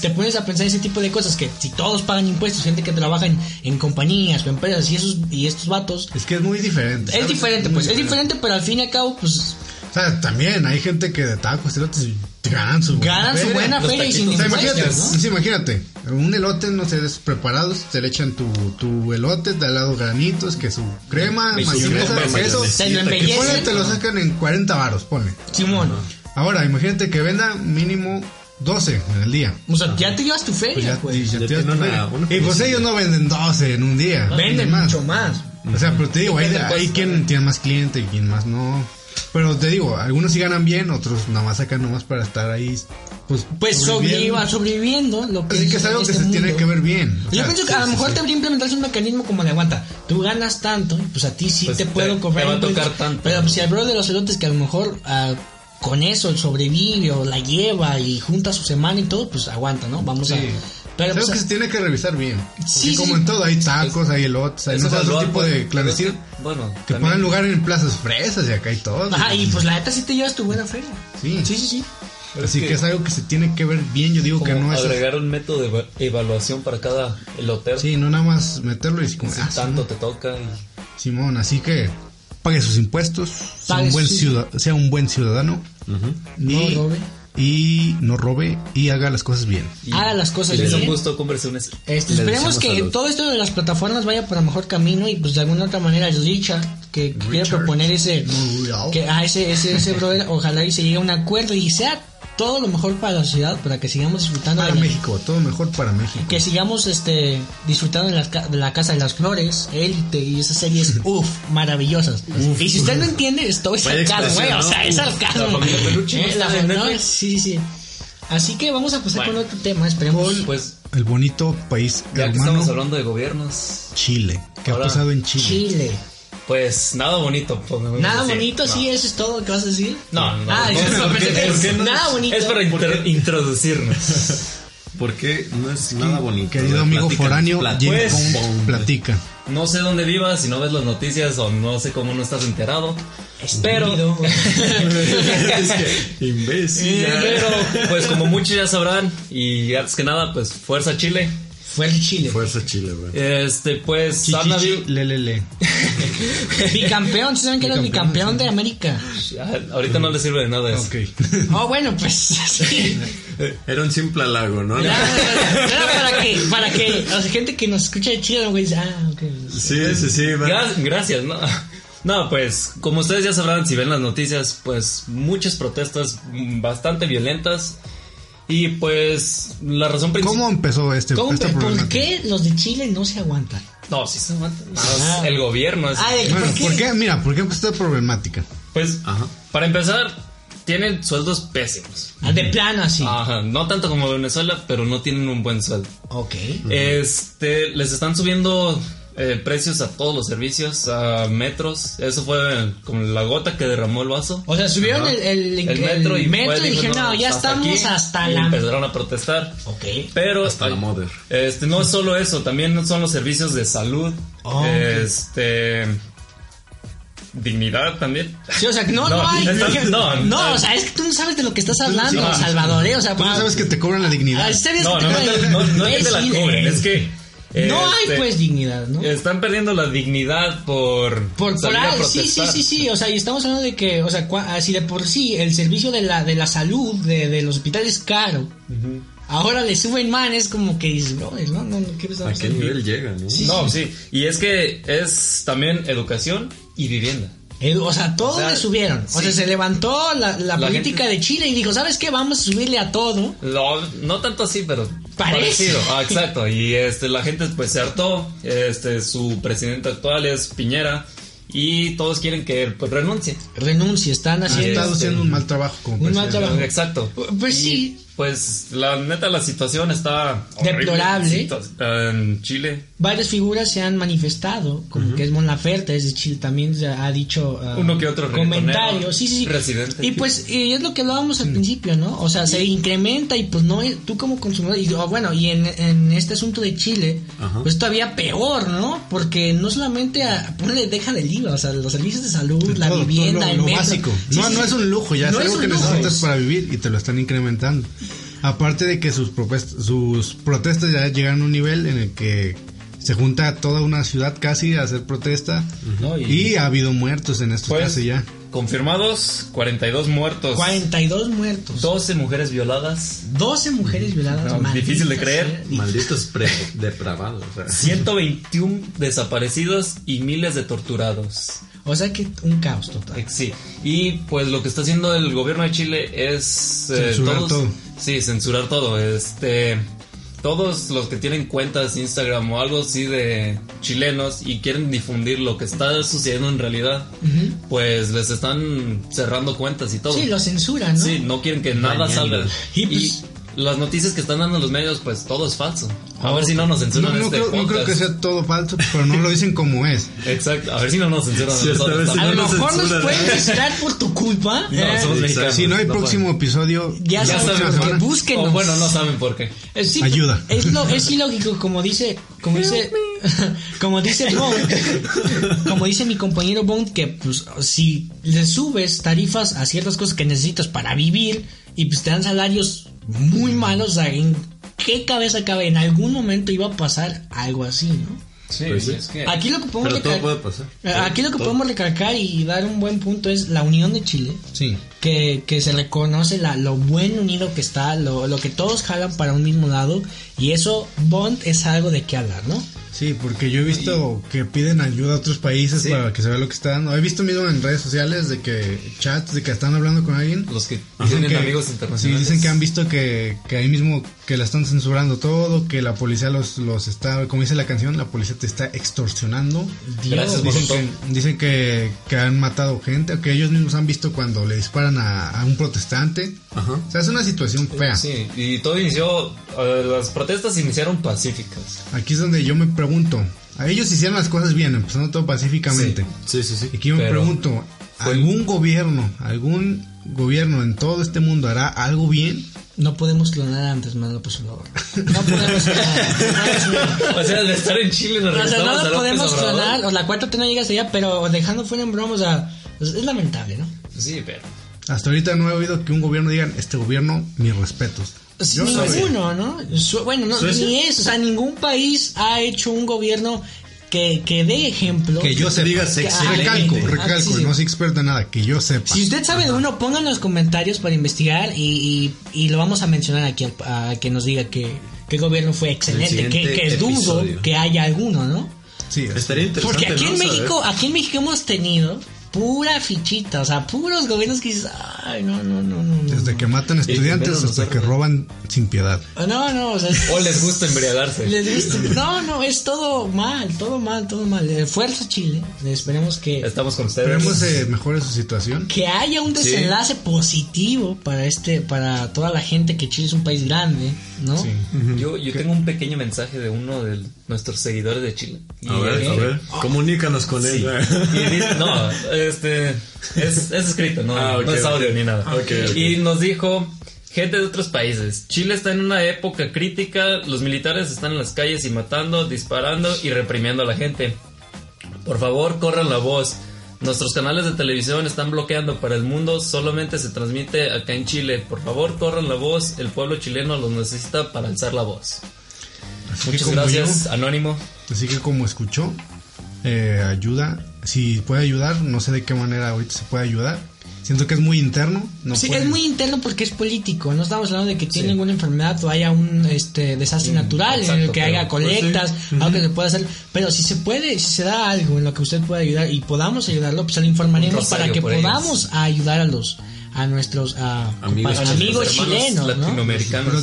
[SPEAKER 2] te pones a pensar ese tipo de cosas, que si todos pagan impuestos, gente que trabaja en, en compañías o empresas y, esos, y estos vatos,
[SPEAKER 1] Es que es muy diferente.
[SPEAKER 2] es
[SPEAKER 1] ¿sabes?
[SPEAKER 2] diferente,
[SPEAKER 1] Muy
[SPEAKER 2] pues, es diferente, pero al fin y al cabo, pues,
[SPEAKER 1] O sea, también hay gente que de tacos y elotes ganan su buena
[SPEAKER 2] ganan su
[SPEAKER 1] feria.
[SPEAKER 2] buena
[SPEAKER 5] los
[SPEAKER 2] feria y sin
[SPEAKER 1] O sea,
[SPEAKER 5] taquitos,
[SPEAKER 2] impuestos,
[SPEAKER 1] imagínate,
[SPEAKER 2] ¿no?
[SPEAKER 1] sí, imagínate, un elote, no sé, de esos preparados, te le echan tu, tu elote, de al llado granitos, que su crema,
[SPEAKER 4] Y su
[SPEAKER 1] mayonesa,
[SPEAKER 4] crema,
[SPEAKER 1] queso,
[SPEAKER 4] mayonesita,
[SPEAKER 2] Te lo
[SPEAKER 1] y ponle,
[SPEAKER 2] embellecen.
[SPEAKER 1] te lo sacan en 40 varos, ponle.
[SPEAKER 2] Simón,
[SPEAKER 1] Ahora, imagínate que venda mínimo 12 en el día.
[SPEAKER 2] o sea, ya te llevas tu feria,
[SPEAKER 1] Pues ya,
[SPEAKER 2] pues.
[SPEAKER 1] y ya
[SPEAKER 4] Ya
[SPEAKER 1] tienes tu
[SPEAKER 4] tiene una-
[SPEAKER 1] feria.
[SPEAKER 4] una
[SPEAKER 1] y pues
[SPEAKER 4] publicidad.
[SPEAKER 1] ellos no venden 12 en un día.
[SPEAKER 2] Venden
[SPEAKER 1] más.
[SPEAKER 2] mucho más.
[SPEAKER 1] O sea, pero te digo, hay,
[SPEAKER 5] Depende del
[SPEAKER 1] hay
[SPEAKER 5] puesto,
[SPEAKER 1] quien tiene más cliente y quien más no. Pero te digo, algunos sí ganan bien, otros nada más sacan nomás para estar ahí. Pues,
[SPEAKER 2] Pues
[SPEAKER 1] sobreviviendo.
[SPEAKER 2] sobreviva, sobreviviendo lo que
[SPEAKER 1] Así que es algo
[SPEAKER 2] este
[SPEAKER 1] que se tiene
[SPEAKER 2] mundo.
[SPEAKER 1] que ver bien. O
[SPEAKER 5] Pues
[SPEAKER 2] Yo
[SPEAKER 1] sea,
[SPEAKER 2] pienso que a lo
[SPEAKER 1] sí, sí,
[SPEAKER 2] mejor
[SPEAKER 1] sí.
[SPEAKER 2] debería implementarse un mecanismo como de aguanta. Tú ganas tanto, pues a ti sí
[SPEAKER 5] Pues
[SPEAKER 2] te
[SPEAKER 5] te-
[SPEAKER 2] puedo
[SPEAKER 5] te
[SPEAKER 2] cobrar.
[SPEAKER 5] va a
[SPEAKER 2] impuestos.
[SPEAKER 5] tocar tanto.
[SPEAKER 2] Pero pues, si al bro de los elotes que a lo mejor ah, con eso sobrevive o la lleva y junta su semana y todo, pues aguanta, ¿no? Vamos a.
[SPEAKER 1] Sí.
[SPEAKER 2] Pero
[SPEAKER 1] Es
[SPEAKER 2] pues,
[SPEAKER 1] algo que se tiene que revisar bien.
[SPEAKER 2] Sí,
[SPEAKER 1] Sí, como
[SPEAKER 2] sí.
[SPEAKER 1] en todo, hay tacos, hay elotes, hay no
[SPEAKER 5] Eso
[SPEAKER 1] sé,
[SPEAKER 5] es
[SPEAKER 1] otro
[SPEAKER 5] lo- este,
[SPEAKER 1] tipo de clandestino.
[SPEAKER 5] Bueno,
[SPEAKER 1] Que
[SPEAKER 5] también-
[SPEAKER 1] ponen lugar en plazas fresas y acá hay todo.
[SPEAKER 2] ajá, y pues la neta sí te llevas tu buena feria.
[SPEAKER 1] Sí.
[SPEAKER 2] Sí, sí, sí.
[SPEAKER 1] Así que es algo que se tiene que ver bien. Yo digo que
[SPEAKER 5] como
[SPEAKER 1] no es.
[SPEAKER 5] agregar un método de eva- evaluación para cada elotero.
[SPEAKER 1] Sí, no nada más meterlo y decir como,
[SPEAKER 5] Si
[SPEAKER 1] ah,
[SPEAKER 5] tanto te toca y
[SPEAKER 1] Simón, así que pague sus impuestos, sea,
[SPEAKER 2] Pague
[SPEAKER 1] un buen,
[SPEAKER 2] sus-
[SPEAKER 1] ciuda- sea un buen ciudadano
[SPEAKER 2] No
[SPEAKER 1] y,
[SPEAKER 2] robe.
[SPEAKER 1] y no robe y haga las cosas bien.
[SPEAKER 2] Haga las
[SPEAKER 5] y
[SPEAKER 2] cosas
[SPEAKER 5] les un
[SPEAKER 2] bien.
[SPEAKER 5] gusto cómprese un
[SPEAKER 1] Eh,
[SPEAKER 2] Este,
[SPEAKER 4] Le
[SPEAKER 2] esperemos
[SPEAKER 4] deseamos
[SPEAKER 2] que
[SPEAKER 4] salud.
[SPEAKER 2] todo esto de las plataformas vaya por el mejor camino y pues de alguna otra manera Richard que quiere proponer ese
[SPEAKER 1] Richard.
[SPEAKER 2] que a ese ese ese brother ojalá y se llegue a un acuerdo y sea todo lo mejor para la sociedad para que sigamos disfrutando
[SPEAKER 1] Para
[SPEAKER 2] de la-
[SPEAKER 1] México, todo mejor para México.
[SPEAKER 2] que sigamos este disfrutando de la, ca- de la casa de las flores élite y esas series uff maravillosas y si usted no entiende esto es
[SPEAKER 4] Vaya
[SPEAKER 2] sarcasmo güey, o
[SPEAKER 4] expresión,
[SPEAKER 2] sea
[SPEAKER 4] ¿no?
[SPEAKER 2] es
[SPEAKER 5] La
[SPEAKER 2] sarcasmo
[SPEAKER 5] familia
[SPEAKER 2] Eh,
[SPEAKER 5] Peluche, ¿no?
[SPEAKER 2] la
[SPEAKER 5] Está en
[SPEAKER 2] no,
[SPEAKER 5] Netflix.
[SPEAKER 2] sí sí así que vamos a pasar
[SPEAKER 5] Bueno.
[SPEAKER 2] con otro tema esperemos
[SPEAKER 5] Pues
[SPEAKER 1] El bonito país
[SPEAKER 5] ya que
[SPEAKER 1] hermano
[SPEAKER 5] estamos hablando de gobiernos,
[SPEAKER 1] Chile. ¿Qué
[SPEAKER 5] Ahora,
[SPEAKER 1] ha pasado en Chile?
[SPEAKER 2] Chile.
[SPEAKER 5] pues nada bonito. pues, me voy a
[SPEAKER 2] Nada
[SPEAKER 5] decir.
[SPEAKER 2] bonito,
[SPEAKER 5] No.
[SPEAKER 2] sí, eso es todo lo que vas a decir.
[SPEAKER 5] No, no.
[SPEAKER 2] Ah,
[SPEAKER 5] no,
[SPEAKER 2] disculpa,
[SPEAKER 5] ¿por
[SPEAKER 2] pensé
[SPEAKER 5] qué-
[SPEAKER 2] que
[SPEAKER 5] por qué no?
[SPEAKER 2] nada bonito.
[SPEAKER 5] Es para inter- introducirnos.
[SPEAKER 4] Porque no es nada bonito.
[SPEAKER 1] Querido amigo foráneo, Jim
[SPEAKER 5] Pues,
[SPEAKER 1] Pong platica.
[SPEAKER 5] No sé dónde vivas, si no ves las noticias o no sé cómo no estás enterado.
[SPEAKER 2] Estúpido.
[SPEAKER 5] Pero,
[SPEAKER 4] Imbécil.
[SPEAKER 5] pero pues como muchos ya sabrán y antes que nada, pues fuerza Chile.
[SPEAKER 2] Fue el Chile.
[SPEAKER 4] Fuerza Chile, güey.
[SPEAKER 5] Este, pues han
[SPEAKER 1] Chichichi,
[SPEAKER 5] habido-
[SPEAKER 1] le, le, le.
[SPEAKER 2] Bicampeón, ¿sí ¿saben que eres bicampeón de América?
[SPEAKER 5] Ah, Ahorita no le sirve de nada eso.
[SPEAKER 1] Ok.
[SPEAKER 2] Oh, bueno, pues sí.
[SPEAKER 4] Era un simple halago, ¿no?
[SPEAKER 2] Era era para que, para que la gente que nos escucha de Chile, güey, dice, ah, ok.
[SPEAKER 4] Sí, sí, sí. va.
[SPEAKER 5] Gra- gracias, ¿no? No, pues como ustedes ya sabrán si ven las noticias, pues muchas protestas mm, bastante violentas y pues la razón principal...
[SPEAKER 1] ¿Cómo empezó este,
[SPEAKER 2] ¿Cómo,
[SPEAKER 1] esta
[SPEAKER 2] ¿Por
[SPEAKER 1] problemática?
[SPEAKER 2] qué los de Chile no se aguantan?
[SPEAKER 5] No, sí se aguanta. No,
[SPEAKER 2] Ah.
[SPEAKER 5] El gobierno. es-
[SPEAKER 2] Ah, de-
[SPEAKER 1] Bueno, ¿por qué? Mira, ¿por qué esta problemática?
[SPEAKER 5] Pues,
[SPEAKER 4] Ajá.
[SPEAKER 5] para empezar, tienen sueldos pésimos.
[SPEAKER 2] Ah, De plano así.
[SPEAKER 5] Ajá, no tanto como Venezuela, pero no tienen un buen sueldo.
[SPEAKER 2] Ok.
[SPEAKER 5] Este, les están subiendo eh, precios a todos los servicios, a metros. Eso fue como la gota que derramó el vaso.
[SPEAKER 2] O sea, subieron el, el,
[SPEAKER 5] El metro y,
[SPEAKER 2] metro
[SPEAKER 5] fue,
[SPEAKER 2] y
[SPEAKER 5] dijo,
[SPEAKER 2] dije, no, ya
[SPEAKER 5] hasta
[SPEAKER 2] estamos
[SPEAKER 5] aquí",
[SPEAKER 2] hasta
[SPEAKER 5] y
[SPEAKER 2] la...
[SPEAKER 5] Empezaron a protestar.
[SPEAKER 2] Ok.
[SPEAKER 5] Pero
[SPEAKER 4] Hasta la mother.
[SPEAKER 5] Este, no es solo eso, también son los servicios de salud.
[SPEAKER 2] Oh.
[SPEAKER 5] Este. Dignidad también.
[SPEAKER 2] Sí, o sea, que no, no,
[SPEAKER 5] No,
[SPEAKER 2] hay.
[SPEAKER 5] estás- no,
[SPEAKER 2] no,
[SPEAKER 5] no.
[SPEAKER 2] o sea, es que tú no sabes de lo que estás hablando,
[SPEAKER 5] no.
[SPEAKER 2] Salvador, ¿eh? O sea,
[SPEAKER 1] Tú no
[SPEAKER 2] pa-
[SPEAKER 1] sabes que te cobran la dignidad.
[SPEAKER 2] Ah, ¿sabes
[SPEAKER 5] No,
[SPEAKER 2] que
[SPEAKER 5] no,
[SPEAKER 2] te-
[SPEAKER 5] no, te- no, no es que te la
[SPEAKER 2] Sí, de-
[SPEAKER 5] cobren, es que.
[SPEAKER 2] No hay,
[SPEAKER 5] este,
[SPEAKER 2] pues, dignidad, ¿no?
[SPEAKER 5] Están perdiendo la dignidad por.
[SPEAKER 2] Por, por
[SPEAKER 5] salir a
[SPEAKER 2] algo, sí, sí,
[SPEAKER 5] protestar.
[SPEAKER 2] sí, sí, o sea, y estamos hablando de que, o sea, cua- ah, si de por sí el servicio de la, de la salud de, de los hospitales es caro, ahora le suben man, es como que dices, "Bro, no, no, no, ¿qué
[SPEAKER 4] ¿A
[SPEAKER 2] estamos
[SPEAKER 4] qué
[SPEAKER 2] hablando?"
[SPEAKER 4] nivel llega, no?
[SPEAKER 2] Sí,
[SPEAKER 5] No,
[SPEAKER 2] sí.
[SPEAKER 5] sí. Y es que es también educación y vivienda.
[SPEAKER 2] Eh, O sea, todo
[SPEAKER 5] O sea,
[SPEAKER 2] le subieron. O
[SPEAKER 5] sí.
[SPEAKER 2] sea, se levantó la, la
[SPEAKER 5] La
[SPEAKER 2] política
[SPEAKER 5] gente-
[SPEAKER 2] de Chile y dijo, ¿sabes qué? Vamos a subirle a todo.
[SPEAKER 5] No, no tanto así, pero
[SPEAKER 2] Parece.
[SPEAKER 5] parecido. Ah, exacto. Y este, la gente pues se hartó. Este, su presidente actual es Piñera. Y todos quieren que él pues, renuncie.
[SPEAKER 2] Renuncia, están
[SPEAKER 1] Ha
[SPEAKER 2] haciendo...
[SPEAKER 1] estado
[SPEAKER 5] este,
[SPEAKER 1] haciendo un mal trabajo como
[SPEAKER 2] un mal
[SPEAKER 1] presidente.
[SPEAKER 2] trabajo.
[SPEAKER 5] Exacto.
[SPEAKER 2] Pues sí,
[SPEAKER 5] Pues la neta, la situación está horrible.
[SPEAKER 2] Deplorable.
[SPEAKER 5] Situ- En Chile.
[SPEAKER 2] Varias figuras se han manifestado, como que es Mon Laferte, es de Chile también se ha dicho ah,
[SPEAKER 5] Uno que otro reggaetonero,
[SPEAKER 2] comentarios, sí, sí, sí.
[SPEAKER 5] residente.
[SPEAKER 2] Y pues y es lo que hablábamos al principio, ¿no? O sea, se incrementa y pues no, es- tú como consumidor, y oh, bueno, y en, en este asunto de Chile, pues todavía peor, ¿no? Porque no solamente a, ponle, deja del IVA, o sea, los servicios de salud, la
[SPEAKER 1] Todo, todo
[SPEAKER 2] vivienda,
[SPEAKER 1] lo,
[SPEAKER 2] el
[SPEAKER 1] lo
[SPEAKER 2] metro.
[SPEAKER 1] básico.
[SPEAKER 2] Sí,
[SPEAKER 1] no,
[SPEAKER 2] sí,
[SPEAKER 1] no
[SPEAKER 2] sí.
[SPEAKER 1] es un lujo, ya
[SPEAKER 2] No
[SPEAKER 1] es
[SPEAKER 2] es
[SPEAKER 1] algo
[SPEAKER 2] un
[SPEAKER 1] que
[SPEAKER 2] lujo.
[SPEAKER 1] necesitas para vivir y te lo están incrementando. Aparte de que sus, propuest- sus protestas ya llegan a un nivel en el que se junta toda una ciudad casi a hacer protesta
[SPEAKER 5] No, y-
[SPEAKER 1] y, ha habido muertos en estos
[SPEAKER 5] Pues,
[SPEAKER 1] casos ya.
[SPEAKER 5] Confirmados, 42 muertos.
[SPEAKER 2] 42 muertos.
[SPEAKER 5] 12 mujeres violadas.
[SPEAKER 2] 12 mujeres violadas. ¿eh?
[SPEAKER 5] No,
[SPEAKER 2] maldita
[SPEAKER 5] difícil de
[SPEAKER 2] sea.
[SPEAKER 5] creer.
[SPEAKER 4] Malditos pre depravados. o sea.
[SPEAKER 5] 121 desaparecidos y miles de torturados.
[SPEAKER 2] O sea que un caos total.
[SPEAKER 5] Eh, Sí. Y pues lo que está haciendo el gobierno de Chile es. eh,
[SPEAKER 1] Censurar todo.
[SPEAKER 5] Sí, censurar todo. Este. Todos los que tienen cuentas Instagram o algo así de chilenos y quieren difundir lo que está sucediendo en realidad, pues les están cerrando cuentas y todo.
[SPEAKER 2] Sí, lo censuran, ¿no?
[SPEAKER 5] Sí, no quieren que nada
[SPEAKER 4] Dañando.
[SPEAKER 5] salga.
[SPEAKER 2] Y
[SPEAKER 5] Y,
[SPEAKER 2] pues-
[SPEAKER 5] las noticias que están dando los medios, pues todo es falso. A ver si no nos
[SPEAKER 1] No,
[SPEAKER 5] censuran
[SPEAKER 1] Oh. no
[SPEAKER 5] este
[SPEAKER 1] creo, no creo que
[SPEAKER 5] podcast.
[SPEAKER 1] sea todo falso, pero no lo dicen como es.
[SPEAKER 5] Exacto, a ver si no nos censuran. a
[SPEAKER 4] Sí, esta
[SPEAKER 5] nosotros
[SPEAKER 4] vez sí
[SPEAKER 2] A
[SPEAKER 5] también.
[SPEAKER 2] lo
[SPEAKER 4] No lo
[SPEAKER 2] mejor nos
[SPEAKER 4] censuran,
[SPEAKER 2] pueden
[SPEAKER 4] ¿eh?
[SPEAKER 2] censurar por tu culpa.
[SPEAKER 5] No,
[SPEAKER 2] Eh,
[SPEAKER 5] somos
[SPEAKER 4] Exacto.
[SPEAKER 5] mexicanos.
[SPEAKER 1] Si no hay
[SPEAKER 5] no
[SPEAKER 1] próximo episodio,
[SPEAKER 2] Ya
[SPEAKER 1] la
[SPEAKER 2] saben
[SPEAKER 1] próxima
[SPEAKER 2] lo que
[SPEAKER 1] semana,
[SPEAKER 2] búsquenos.
[SPEAKER 5] O bueno, no saben por qué.
[SPEAKER 2] eh, sí,
[SPEAKER 1] Ayuda.
[SPEAKER 2] Es, lo, es ilógico, como dice, como dice, como dice Bond, como dice mi compañero Bond, que pues si le subes tarifas a ciertas cosas que necesitas para vivir y pues te dan salarios muy malos, o sea, ¿en qué cabeza cabe? En algún momento iba a pasar algo así, ¿no?
[SPEAKER 5] Sí,
[SPEAKER 4] Pues sí.
[SPEAKER 5] es que.
[SPEAKER 2] Aquí lo que podemos
[SPEAKER 4] Pero todo
[SPEAKER 2] recal-
[SPEAKER 4] puede pasar.
[SPEAKER 2] Eh, Aquí lo que podemos recalcar y dar un buen punto es la unión de Chile,
[SPEAKER 1] sí.
[SPEAKER 2] que, que se reconoce la, lo buen unido que está, lo, lo que todos jalan para un mismo lado, y eso, Bond, es algo de qué hablar, ¿no?
[SPEAKER 1] Sí, porque yo he visto que piden ayuda a otros países
[SPEAKER 5] Sí.
[SPEAKER 1] para que se vea lo que está dando. He visto mismo en redes sociales de que chats, de que están hablando con alguien.
[SPEAKER 5] Los que
[SPEAKER 1] Dicen
[SPEAKER 5] tienen
[SPEAKER 1] que-
[SPEAKER 5] amigos internacionales.
[SPEAKER 1] Sí, dicen que han visto que, que ahí mismo que la están censurando todo, que la policía los, los está, como dice la canción, la policía te está extorsionando.
[SPEAKER 5] Gracias,
[SPEAKER 1] Dicen,
[SPEAKER 5] Molotov.
[SPEAKER 1] que, dicen que, que han matado gente, o que ellos mismos han visto cuando le disparan a, a un protestante.
[SPEAKER 4] Ajá.
[SPEAKER 1] O sea, es una situación fea.
[SPEAKER 5] Sí, y todo inició. eh, las protestas iniciaron pacíficas.
[SPEAKER 1] Aquí es donde yo me pregunto, a ellos hicieron las cosas bien, empezando todo pacíficamente.
[SPEAKER 4] Sí, sí, sí.
[SPEAKER 1] Y aquí me
[SPEAKER 5] Pero-
[SPEAKER 1] pregunto, ¿algún gobierno, algún gobierno en todo este mundo hará algo bien?
[SPEAKER 2] No podemos clonar a Andrés Manuel López Obrador. No podemos clonar.
[SPEAKER 5] O sea, de estar en Chile, Pues nos
[SPEAKER 2] O sea,
[SPEAKER 5] regresamos
[SPEAKER 2] no
[SPEAKER 5] a
[SPEAKER 2] lo
[SPEAKER 5] López
[SPEAKER 2] podemos
[SPEAKER 5] Obrador.
[SPEAKER 2] clonar, o la 4 no llega hasta allá, pero dejando fuera en broma, o sea, es es lamentable, ¿no?
[SPEAKER 5] Sí, pero.
[SPEAKER 1] Hasta ahorita no he oído que un gobierno digan, este gobierno, mis respetos.
[SPEAKER 2] Sí,
[SPEAKER 1] Yo no sé.
[SPEAKER 2] ninguno, ¿no? Su- bueno, no, ni es, o sea, ningún país ha hecho un gobierno que, que dé ejemplo.
[SPEAKER 1] Que yo sepa.
[SPEAKER 4] digas,
[SPEAKER 2] Que-
[SPEAKER 4] excelente.
[SPEAKER 1] Recalco, recalco,
[SPEAKER 2] Ah, sí, sí.
[SPEAKER 1] no soy experto en nada, que yo sepa.
[SPEAKER 2] Si usted sabe de uno, pongan en los comentarios para investigar y, y- y lo vamos a mencionar aquí al- a, que nos diga que, que gobierno fue excelente,
[SPEAKER 4] El
[SPEAKER 2] que,
[SPEAKER 4] siguiente
[SPEAKER 2] que dudo
[SPEAKER 4] episodio.
[SPEAKER 2] que haya alguno, ¿no?
[SPEAKER 1] Sí, es-
[SPEAKER 4] Estaría interesante.
[SPEAKER 2] Porque aquí
[SPEAKER 4] ¿no?
[SPEAKER 2] en
[SPEAKER 4] Saber.
[SPEAKER 2] México, aquí en México hemos tenido pura fichita, o sea, puros gobiernos que dices, ay, no, no, no, no. no".
[SPEAKER 1] desde que matan estudiantes
[SPEAKER 4] primero nos
[SPEAKER 1] hasta que
[SPEAKER 4] arruinan.
[SPEAKER 1] roban sin piedad.
[SPEAKER 2] Ah, No, no, o sea,
[SPEAKER 5] O les gusta embriagarse.
[SPEAKER 2] Les gusta- No, no, es todo mal, todo mal, todo mal. Eh, Fuerza Chile, esperemos que,
[SPEAKER 5] Estamos con ustedes.
[SPEAKER 1] Esperemos eh, mejore su situación.
[SPEAKER 2] que haya un desenlace positivo para este, para toda la gente que Chile es un país grande, ¿no?
[SPEAKER 1] Sí.
[SPEAKER 5] Yo, yo tengo un pequeño mensaje de uno de nuestros seguidores de Chile. Y,
[SPEAKER 4] A ver,
[SPEAKER 5] eh,
[SPEAKER 4] a ver. Comunícanos con él.
[SPEAKER 5] y dice- no, este es, es escrito, no,
[SPEAKER 4] Ah, ok,
[SPEAKER 5] no es
[SPEAKER 4] ok.
[SPEAKER 5] audio ni nada.
[SPEAKER 4] Ok, ok.
[SPEAKER 5] Y nos dijo gente de otros países, Chile está en una época crítica, los militares están en las calles y matando, disparando y reprimiendo a la gente. Por favor, corran la voz. Nuestros canales de televisión están bloqueando para el mundo, solamente se transmite acá en Chile. Por favor, corran la voz, el pueblo chileno los necesita para alzar la voz.
[SPEAKER 1] Así que
[SPEAKER 5] Muchas
[SPEAKER 1] como yo-
[SPEAKER 5] gracias, Anónimo.
[SPEAKER 1] Así que como escuchó, eh, ayuda. Si puede ayudar, no sé de qué manera ahorita se puede ayudar. Siento que es muy interno. No
[SPEAKER 2] Pues Sí,
[SPEAKER 1] puede-
[SPEAKER 2] es muy interno porque es político. No estamos hablando de que tiene ninguna enfermedad o haya un este, desastre natural en el
[SPEAKER 5] exacto,
[SPEAKER 2] que
[SPEAKER 5] pero,
[SPEAKER 2] haya colectas, algo que se pueda hacer. Pero si se puede, si se da algo en lo que usted pueda ayudar y podamos ayudarlo, pues le informaremos
[SPEAKER 5] Un rosario
[SPEAKER 2] para que
[SPEAKER 5] por ellos.
[SPEAKER 2] podamos ayudar a los a nuestros a,
[SPEAKER 3] Amigos
[SPEAKER 2] compa- amigos
[SPEAKER 5] hermanos
[SPEAKER 2] chilenos, ¿no?
[SPEAKER 5] latinoamericanos.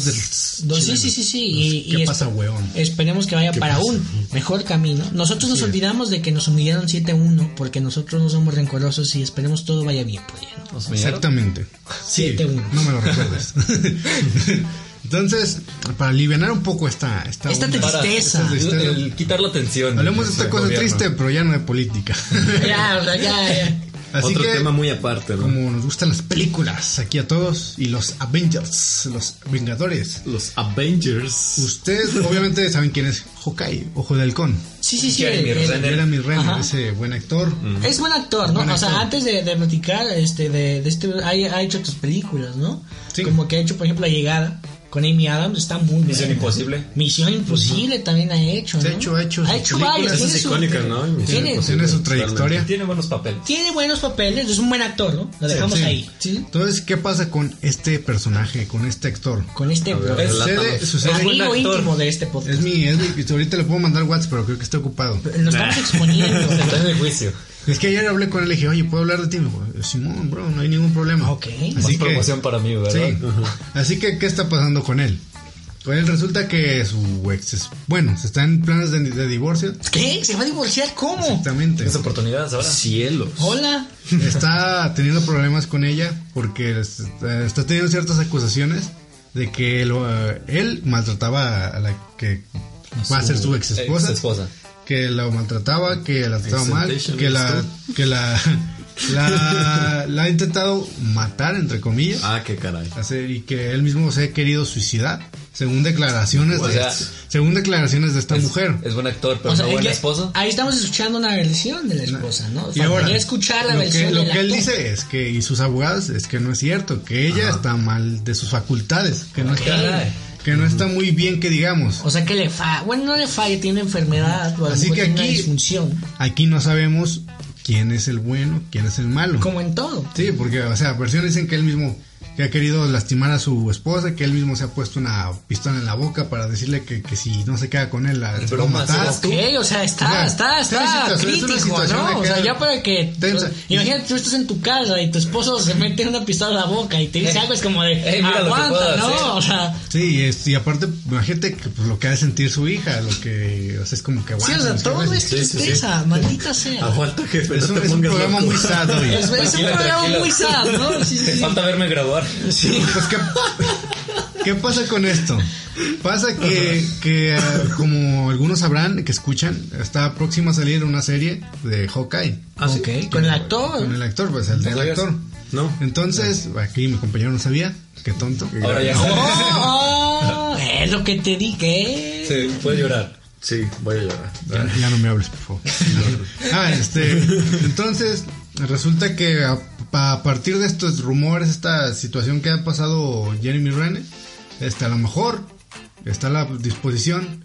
[SPEAKER 2] No,
[SPEAKER 1] Los
[SPEAKER 2] sí, sí, sí, sí. Y, este,
[SPEAKER 1] ¿Qué
[SPEAKER 2] y es-
[SPEAKER 1] pasa, huevón?
[SPEAKER 2] Esperemos que vaya para un mejor camino. Nosotros nos olvidamos de que nos humillaron 7-1 porque nosotros no somos rencorosos y esperemos todo vaya bien por allá, ¿no?
[SPEAKER 1] Exactamente. Sí,
[SPEAKER 2] 7-1.
[SPEAKER 1] no me lo recuerdes. Entonces, para aliviar un poco esta... Esta,
[SPEAKER 2] Esta
[SPEAKER 1] onda,
[SPEAKER 2] tristeza.
[SPEAKER 1] esta tristeza,
[SPEAKER 5] El- el quitar la tensión.
[SPEAKER 1] Hablemos de esta
[SPEAKER 3] del
[SPEAKER 1] cosa
[SPEAKER 3] gobierno.
[SPEAKER 1] triste, pero ya no de política.
[SPEAKER 2] Ya, o sea, ya, ya.
[SPEAKER 1] Así
[SPEAKER 4] Otro
[SPEAKER 1] que,
[SPEAKER 4] tema muy aparte, ¿no?
[SPEAKER 1] como nos gustan las películas aquí a todos, y los Avengers, los Vengadores,
[SPEAKER 4] Los Avengers.
[SPEAKER 1] ustedes obviamente saben quién es Hawkeye, Ojo de Halcón.
[SPEAKER 2] Sí, sí, sí.
[SPEAKER 5] Jeremy
[SPEAKER 2] el- el-
[SPEAKER 5] Renner.
[SPEAKER 1] Jeremy Renner,
[SPEAKER 2] Ajá.
[SPEAKER 1] ese buen actor.
[SPEAKER 2] Es buen actor, ¿no?
[SPEAKER 1] Buen
[SPEAKER 2] o sea,
[SPEAKER 1] actor.
[SPEAKER 2] antes de, de platicar, este, de, de este, ha, ha hecho otras películas, ¿no?
[SPEAKER 1] Sí.
[SPEAKER 2] Como que ha hecho, por ejemplo, La Llegada con Amy Adams, está muy bien.
[SPEAKER 5] Misión Imposible.
[SPEAKER 2] Misión Imposible también ha hecho,
[SPEAKER 1] Se ha
[SPEAKER 2] ¿no?
[SPEAKER 1] hecho- ha hecho sus películas,
[SPEAKER 2] varias.
[SPEAKER 1] esas
[SPEAKER 2] tiene su-
[SPEAKER 4] icónicas, ¿no? Misión
[SPEAKER 2] tiene-
[SPEAKER 1] Tiene su trayectoria.
[SPEAKER 5] Tiene buenos papeles.
[SPEAKER 2] tiene buenos papeles, es un buen actor, ¿no? Lo dejamos
[SPEAKER 1] Sí.
[SPEAKER 2] ahí, ¿sí?
[SPEAKER 1] Entonces, ¿qué pasa con este personaje, con este actor?
[SPEAKER 2] Con este
[SPEAKER 4] ver,
[SPEAKER 2] es
[SPEAKER 1] Sucede,
[SPEAKER 4] relátanos.
[SPEAKER 1] sucede-
[SPEAKER 5] buen
[SPEAKER 2] amigo
[SPEAKER 5] actor.
[SPEAKER 2] íntimo de este
[SPEAKER 1] Es
[SPEAKER 2] podcast.
[SPEAKER 1] mi, es mi- ahorita le puedo mandar WhatsApp, pero creo que está ocupado.
[SPEAKER 2] Lo estamos exponiendo.
[SPEAKER 5] Está en el juicio.
[SPEAKER 1] Es que ayer hablé con él y le dije, oye, ¿puedo hablar de ti? Me dijo, Simón, bro, no hay ningún problema.
[SPEAKER 2] Ok.
[SPEAKER 5] Más
[SPEAKER 1] Así que,
[SPEAKER 5] promoción para mí, ¿verdad?
[SPEAKER 1] Sí. Así que, ¿qué está pasando con él? Con él resulta que su ex es. Bueno, se está en planes de, de divorcio.
[SPEAKER 2] ¿Qué? ¿Se va a divorciar? ¿Cómo?
[SPEAKER 1] Exactamente.
[SPEAKER 5] Tienes oportunidades ahora.
[SPEAKER 4] Cielos.
[SPEAKER 2] Hola.
[SPEAKER 1] Está teniendo problemas con ella porque es- está teniendo ciertas acusaciones de que lo, eh, él maltrataba a la que va a ser su ex esposa.
[SPEAKER 5] esposa.
[SPEAKER 1] que la maltrataba, que la trataba mal,
[SPEAKER 4] Extentation,
[SPEAKER 1] que la,
[SPEAKER 4] ¿eres
[SPEAKER 1] que la, la, la ha intentado matar, entre comillas,
[SPEAKER 4] Ah, qué caray.
[SPEAKER 1] hacer- y que él mismo se ha querido suicidar, según declaraciones,
[SPEAKER 5] O
[SPEAKER 1] de,
[SPEAKER 5] sea,
[SPEAKER 1] según declaraciones de esta mujer.
[SPEAKER 5] Es buen actor, pero
[SPEAKER 2] O sea,
[SPEAKER 5] no
[SPEAKER 2] es
[SPEAKER 5] buena
[SPEAKER 2] que
[SPEAKER 5] esposa.
[SPEAKER 2] Ahí estamos escuchando una versión de la esposa, ¿no?
[SPEAKER 1] Y ahora,
[SPEAKER 2] Faltaría escuchar la
[SPEAKER 1] lo
[SPEAKER 2] versión
[SPEAKER 1] que, lo
[SPEAKER 2] del
[SPEAKER 1] que él
[SPEAKER 2] actor.
[SPEAKER 1] dice es que, y sus abogados, es que no es cierto, que ella está mal de sus facultades, que no,
[SPEAKER 5] Ah,
[SPEAKER 1] está,
[SPEAKER 5] caray.
[SPEAKER 1] que no está muy bien que digamos.
[SPEAKER 2] O sea que le falla. Bueno, no le falla, tiene enfermedad o a lo
[SPEAKER 1] Así
[SPEAKER 2] mejor
[SPEAKER 1] que
[SPEAKER 2] tiene una
[SPEAKER 1] aquí-
[SPEAKER 2] disfunción.
[SPEAKER 1] Aquí no sabemos quién es el bueno, quién es el malo.
[SPEAKER 2] Como en todo.
[SPEAKER 1] Sí, porque, o sea, versiones dicen que él mismo que ha querido lastimar a su esposa, que él mismo se ha puesto una pistola en la boca para decirle que, que si no se queda con él la se va a
[SPEAKER 5] Bromas,
[SPEAKER 1] matar.
[SPEAKER 5] ¿no?
[SPEAKER 2] Ok, o sea, está,
[SPEAKER 1] O sea,
[SPEAKER 2] está,
[SPEAKER 1] es una
[SPEAKER 2] está
[SPEAKER 1] situación- es una
[SPEAKER 2] crítico,
[SPEAKER 1] situación
[SPEAKER 2] ¿no? O
[SPEAKER 1] acá
[SPEAKER 2] sea, ya para que.
[SPEAKER 1] tensa.
[SPEAKER 2] imagínate, tú estás en tu casa y tu esposo se mete una pistola a la boca y te dice
[SPEAKER 5] Eh,
[SPEAKER 2] algo, es como de.
[SPEAKER 5] eh, mira lo que
[SPEAKER 2] aguanta,
[SPEAKER 5] puedo
[SPEAKER 2] ¿no?
[SPEAKER 5] hacer".
[SPEAKER 2] O sea.
[SPEAKER 1] Sí, y, es- y aparte, imagínate que, pues, lo que ha de sentir su hija, lo que, o sea, es como que
[SPEAKER 2] Sí, o
[SPEAKER 1] aguanta,
[SPEAKER 2] sea,
[SPEAKER 1] ¿no?
[SPEAKER 2] todo es
[SPEAKER 4] sí, sí, sí.
[SPEAKER 2] tristeza, maldita sea.
[SPEAKER 4] Aguanta, jefe.
[SPEAKER 1] Es
[SPEAKER 4] Ah, no
[SPEAKER 1] un,
[SPEAKER 4] te
[SPEAKER 1] es un
[SPEAKER 4] pongas
[SPEAKER 1] programa
[SPEAKER 4] loco.
[SPEAKER 1] muy sad, oye.
[SPEAKER 2] Es, es un
[SPEAKER 5] Tranquila,
[SPEAKER 2] programa
[SPEAKER 5] tranquila.
[SPEAKER 2] muy sad, ¿no? Sí, sí,
[SPEAKER 5] Te
[SPEAKER 2] sí.
[SPEAKER 5] falta verme graduar.
[SPEAKER 1] Pues, ¿qué, qué pasa con esto? Pasa que, que, eh, como algunos sabrán, que escuchan, está próxima a salir una serie de Hawkeye.
[SPEAKER 4] Ah, sí.
[SPEAKER 2] Ok, con el actor.
[SPEAKER 1] Con el actor, pues el del actor.
[SPEAKER 4] No.
[SPEAKER 1] Entonces, aquí mi compañero no sabía, qué tonto.
[SPEAKER 5] Ahora ya.
[SPEAKER 2] Oh, oh, es lo que te dije.
[SPEAKER 5] Se puede llorar.
[SPEAKER 4] Sí, voy a llorar.
[SPEAKER 1] Ya, ya no me hables, por favor. ah, este, entonces, resulta que a, a partir de estos rumores, esta situación que ha pasado Jeremy Renner, este, a lo mejor está a la disposición,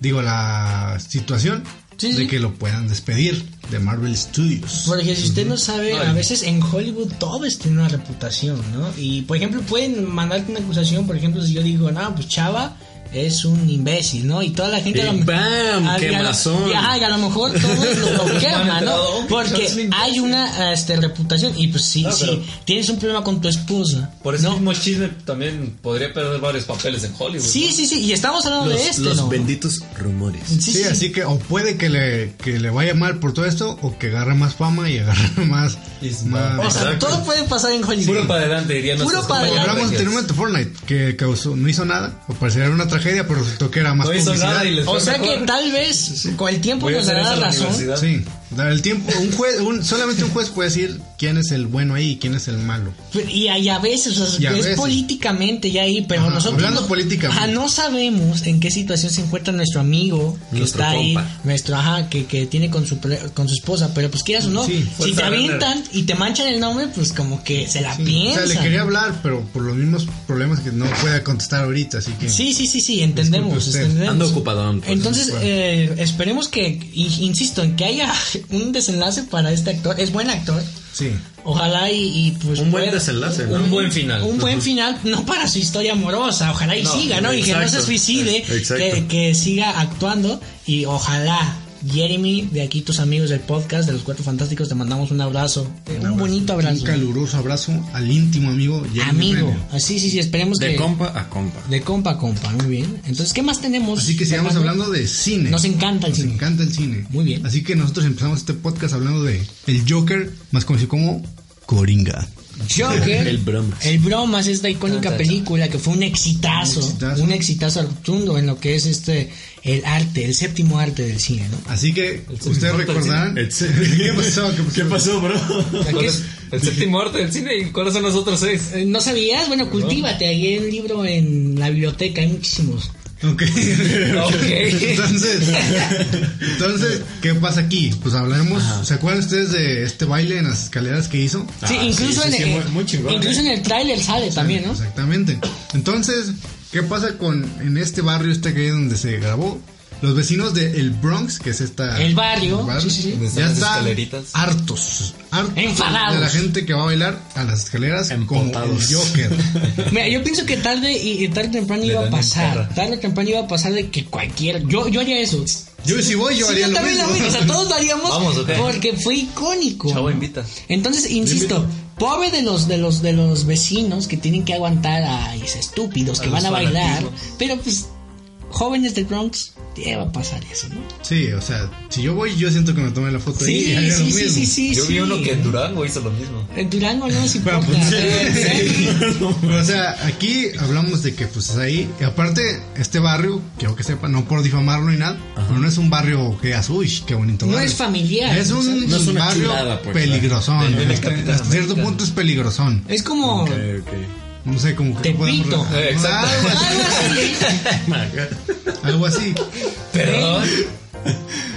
[SPEAKER 1] digo, la situación
[SPEAKER 2] Sí,
[SPEAKER 1] de
[SPEAKER 2] sí.
[SPEAKER 1] que lo puedan despedir de Marvel Studios.
[SPEAKER 2] Porque si usted no sabe, a veces en Hollywood todos tienen una reputación, ¿no? Y por ejemplo, pueden mandarte una acusación, por ejemplo, si yo digo, no, pues Chava es un imbécil, ¿no? Y toda la gente...
[SPEAKER 4] Y
[SPEAKER 2] a lo-
[SPEAKER 4] ¡bam!
[SPEAKER 2] a- y a lo-
[SPEAKER 4] ¡Quemazón!
[SPEAKER 2] y, ajá, y a lo mejor todos lo, lo queman, ¿no?
[SPEAKER 5] entrado, es un
[SPEAKER 2] Porque
[SPEAKER 5] imbécil.
[SPEAKER 2] hay una este, reputación y pues sí,
[SPEAKER 5] No,
[SPEAKER 2] sí,
[SPEAKER 5] pero-
[SPEAKER 2] tienes un problema con tu esposa.
[SPEAKER 5] Por ese mismo chisme también podría perder varios papeles en Hollywood.
[SPEAKER 2] Sí, sí, sí, y estamos hablando
[SPEAKER 4] Los,
[SPEAKER 2] de este,
[SPEAKER 4] los
[SPEAKER 2] ¿no?
[SPEAKER 4] benditos rumores.
[SPEAKER 2] Sí,
[SPEAKER 1] Sí,
[SPEAKER 2] sí.
[SPEAKER 1] así que o puede que le, que le vaya mal por todo esto o que agarre más fama y agarre más...
[SPEAKER 5] Es
[SPEAKER 1] más-
[SPEAKER 2] O sea,
[SPEAKER 4] Exacto.
[SPEAKER 2] todo puede pasar en Hollywood.
[SPEAKER 5] Puro para adelante, dirían
[SPEAKER 2] Puro
[SPEAKER 5] nuestros
[SPEAKER 2] para
[SPEAKER 1] Como
[SPEAKER 5] compañeros
[SPEAKER 1] hablamos
[SPEAKER 5] regios.
[SPEAKER 1] anteriormente de Fortnite, que causó, no hizo nada, o parecía una tragedia, pero resultó que era más
[SPEAKER 5] No hizo
[SPEAKER 1] publicidad.
[SPEAKER 5] nada y les fue
[SPEAKER 2] O sea
[SPEAKER 5] mejor.
[SPEAKER 2] que tal vez con el tiempo
[SPEAKER 5] Voy a
[SPEAKER 2] nos
[SPEAKER 5] hacer
[SPEAKER 2] dará
[SPEAKER 5] eso
[SPEAKER 2] la
[SPEAKER 5] en la
[SPEAKER 2] razón.
[SPEAKER 5] universidad.
[SPEAKER 1] Sí, dar el tiempo, un juez, un- solamente un juez puede decir quién es el bueno ahí y quién es el malo.
[SPEAKER 2] Y, a- y a veces, o sea,
[SPEAKER 1] Y a
[SPEAKER 2] es
[SPEAKER 1] veces.
[SPEAKER 2] políticamente ya ahí, pero
[SPEAKER 1] Ajá,
[SPEAKER 2] nosotros
[SPEAKER 1] hablando
[SPEAKER 2] no,
[SPEAKER 1] políticamente.
[SPEAKER 2] Ajá, no sabemos en qué situación se encuentra nuestro amigo que
[SPEAKER 4] Nuestro
[SPEAKER 2] está ahí,
[SPEAKER 4] compa.
[SPEAKER 2] nuestro ajá, que, que tiene con su pre- con su esposa, pero pues quieras o no,
[SPEAKER 1] Sí,
[SPEAKER 2] si te
[SPEAKER 5] fuerza
[SPEAKER 2] avientan y te manchan el nombre, pues como que se la
[SPEAKER 1] Sí, o
[SPEAKER 2] piensan.
[SPEAKER 1] sea, le quería hablar, pero por los mismos problemas que no puede contestar ahorita, así que...
[SPEAKER 2] Sí, sí, sí, sí, entendemos.
[SPEAKER 1] Disculpe usted,
[SPEAKER 2] entendemos.
[SPEAKER 4] ando ocupadón, pues,
[SPEAKER 2] Entonces,
[SPEAKER 1] bueno.
[SPEAKER 2] eh, esperemos que, i- insisto, en que haya un desenlace para este actor. Es buen actor.
[SPEAKER 1] Sí.
[SPEAKER 2] Ojalá y, y, pues.
[SPEAKER 4] Un buen desenlace, ¿no?
[SPEAKER 5] Un buen final.
[SPEAKER 2] Un buen final, no para su historia amorosa. Ojalá y siga, ¿no? Y que no se
[SPEAKER 4] exacto,
[SPEAKER 2] suicide.
[SPEAKER 4] exacto.
[SPEAKER 2] Que, que siga actuando. Y ojalá Jeremy, de aquí tus amigos del podcast de los Cuatro Fantásticos, te mandamos un abrazo. eh, un bonito
[SPEAKER 1] Un
[SPEAKER 2] abrazo.
[SPEAKER 1] caluroso abrazo al íntimo amigo Jeremy
[SPEAKER 2] Amigo.
[SPEAKER 1] Renner.
[SPEAKER 2] Así, sí, sí, esperemos
[SPEAKER 4] De
[SPEAKER 2] que.
[SPEAKER 4] compa a compa.
[SPEAKER 2] de compa a compa, muy bien. Entonces, ¿qué más tenemos?
[SPEAKER 1] Así Pues que sigamos
[SPEAKER 2] Fernando?
[SPEAKER 1] hablando de cine.
[SPEAKER 2] Nos encanta el
[SPEAKER 1] Nos
[SPEAKER 2] cine.
[SPEAKER 1] encanta el cine.
[SPEAKER 2] Muy bien.
[SPEAKER 1] Así que nosotros empezamos este podcast hablando de el Joker, más conocido como Coringa.
[SPEAKER 2] Joker.
[SPEAKER 4] El Bromas.
[SPEAKER 2] El Bromas, esta icónica
[SPEAKER 5] Tan, tan, tan.
[SPEAKER 2] película que fue un exitazo.
[SPEAKER 1] Un
[SPEAKER 2] Un
[SPEAKER 1] exitazo.
[SPEAKER 2] exitazo, rotundo en lo que es este el arte, el séptimo arte del cine, ¿no?
[SPEAKER 1] Así que ustedes
[SPEAKER 3] importa el
[SPEAKER 1] recordarán. ¿Qué pasó? ¿Qué pasó?
[SPEAKER 3] bro?
[SPEAKER 2] Aquí es-
[SPEAKER 5] El séptimo arte del cine, ¿y cuáles son los otros seis?
[SPEAKER 2] Eh, ¿No sabías? Bueno, cultívate. Ahí hay un libro en la biblioteca, hay muchísimos.
[SPEAKER 1] Ok.
[SPEAKER 5] Ok.
[SPEAKER 1] Entonces, entonces, ¿qué pasa aquí? Pues hablaremos. ¿Se acuerdan ustedes de este baile en las escaleras que hizo?
[SPEAKER 2] sí, incluso,
[SPEAKER 3] sí,
[SPEAKER 2] en,
[SPEAKER 3] sí,
[SPEAKER 2] el,
[SPEAKER 3] muy- muy chingón,
[SPEAKER 2] incluso
[SPEAKER 3] eh.
[SPEAKER 2] en el tráiler sale también, ¿no?
[SPEAKER 1] Exactamente. Entonces, ¿qué pasa con en este barrio, este que es donde se grabó? Los vecinos de El Bronx, que es esta...
[SPEAKER 2] El barrio, sí, sí, sí.
[SPEAKER 3] Donde están
[SPEAKER 1] Ya
[SPEAKER 3] las
[SPEAKER 1] están
[SPEAKER 3] escaleritas.
[SPEAKER 1] hartos, hartos
[SPEAKER 2] Enfadados.
[SPEAKER 1] de la gente que va a bailar a las escaleras como
[SPEAKER 3] Empotados.
[SPEAKER 1] el Joker.
[SPEAKER 2] Mira, yo pienso que tarde y y tarde o temprano iba a
[SPEAKER 3] dan en
[SPEAKER 2] pasar.
[SPEAKER 3] perra.
[SPEAKER 2] Tarde o temprano iba a pasar de que cualquiera. Yo, yo haría eso.
[SPEAKER 1] Yo si voy, yo
[SPEAKER 2] Sí,
[SPEAKER 1] haría
[SPEAKER 2] yo
[SPEAKER 1] lo
[SPEAKER 2] también
[SPEAKER 1] mismo.
[SPEAKER 2] lo haría. O sea, todos lo haríamos
[SPEAKER 5] Vamos, ok.
[SPEAKER 2] porque fue icónico.
[SPEAKER 5] Chavo,
[SPEAKER 2] ¿no?
[SPEAKER 5] invita.
[SPEAKER 2] Entonces, insisto, pobre de los, de los, de los vecinos que tienen que aguantar a esos estúpidos que
[SPEAKER 5] A
[SPEAKER 2] van
[SPEAKER 5] los
[SPEAKER 2] a bailar.
[SPEAKER 5] fanatismos.
[SPEAKER 2] Pero pues, jóvenes del Bronx, te va a pasar eso, ¿no?
[SPEAKER 1] Sí, o sea, si yo voy, yo siento que me tomé la
[SPEAKER 5] Pues
[SPEAKER 1] foto ahí y
[SPEAKER 2] Sí,
[SPEAKER 1] haría lo
[SPEAKER 2] sí, sí,
[SPEAKER 1] mismo.
[SPEAKER 2] sí, sí.
[SPEAKER 5] Yo
[SPEAKER 2] sí.
[SPEAKER 5] vi uno que en Durango hizo lo mismo.
[SPEAKER 2] En Durango no nos importa.
[SPEAKER 1] pues,
[SPEAKER 2] pero en serio.
[SPEAKER 1] Pero, o sea, aquí hablamos de que pues es ahí. Y aparte, este barrio, quiero que sepa, no por difamarlo ni nada, pero no es un barrio que digas, uy, qué bonito.
[SPEAKER 2] No
[SPEAKER 1] barrio".
[SPEAKER 2] es familiar.
[SPEAKER 1] Es
[SPEAKER 2] o sea,
[SPEAKER 1] un
[SPEAKER 4] no es una
[SPEAKER 1] barrio
[SPEAKER 4] chulada, pues,
[SPEAKER 1] peligrosón.
[SPEAKER 5] de la
[SPEAKER 1] Hasta-
[SPEAKER 5] capital
[SPEAKER 1] hasta cierto
[SPEAKER 5] americana.
[SPEAKER 1] punto es peligrosón.
[SPEAKER 2] es como.
[SPEAKER 4] Eh,
[SPEAKER 1] No sé, como que no podemos
[SPEAKER 2] Tepito.
[SPEAKER 1] relajar.
[SPEAKER 5] Eh, exacto.
[SPEAKER 1] Algo así.
[SPEAKER 2] Algo así.
[SPEAKER 1] Algo así.
[SPEAKER 5] Perdón.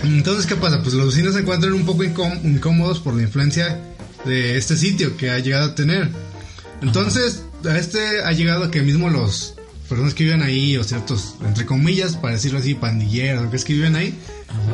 [SPEAKER 1] Entonces, ¿qué pasa? Pues los vecinos se encuentran un poco incó- incómodos por la influencia de este sitio que ha llegado a tener. Entonces, a este ha llegado a que mismo los personas que viven ahí, o ciertos, entre comillas, para decirlo así, pandilleros, o que es que viven ahí,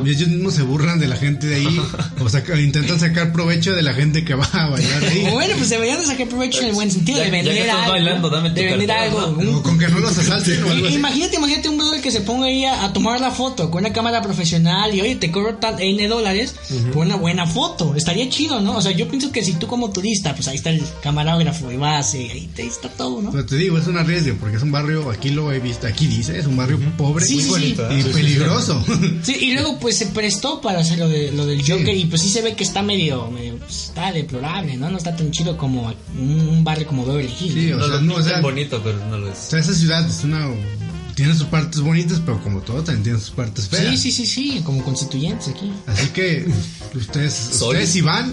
[SPEAKER 1] ellos mismos se burlan de la gente de ahí, o saca- intentan sacar provecho de la gente que va a bailar ahí.
[SPEAKER 2] O bueno, pues deberían de sacar provecho en el buen sentido
[SPEAKER 5] Ya-
[SPEAKER 2] de
[SPEAKER 5] ya que
[SPEAKER 2] vender
[SPEAKER 5] estás
[SPEAKER 2] algo.
[SPEAKER 5] bailando, dame tu
[SPEAKER 2] de vender
[SPEAKER 5] cartera,
[SPEAKER 2] algo.
[SPEAKER 5] ¿no?
[SPEAKER 2] un-
[SPEAKER 1] O con que no los asalten o algo así.
[SPEAKER 2] Imagínate, imagínate un brother que se ponga ahí a, a tomar la foto con una cámara profesional y oye, te cobro tal N dólares por una buena foto. Estaría chido, ¿no? O sea, yo pienso que si tú como turista, pues ahí está el camarógrafo y vas y ahí te- está todo, ¿no?
[SPEAKER 1] Pero te digo, es un arriesgo, porque es un barrio, aquí lo he visto, aquí dice, es un barrio pobre
[SPEAKER 2] Sí, sí, sí.
[SPEAKER 1] y peligroso.
[SPEAKER 2] Sí, y luego pues se prestó para hacer lo, de, lo del Joker y pues sí se ve que está medio, medio pues, está deplorable, ¿no? No está tan chido como un, un barrio como Beverly Hills.
[SPEAKER 1] Sí,
[SPEAKER 5] No
[SPEAKER 1] o sea,
[SPEAKER 5] lo
[SPEAKER 1] no, o sea,
[SPEAKER 5] pintan bonito, pero no lo es.
[SPEAKER 1] O sea, esa ciudad es una. Tiene sus partes bonitas, pero como todo también tiene sus partes feas.
[SPEAKER 2] Sí, sí, sí, sí, como constituyentes aquí.
[SPEAKER 1] Así que ustedes,
[SPEAKER 5] Soy.
[SPEAKER 1] ustedes si van,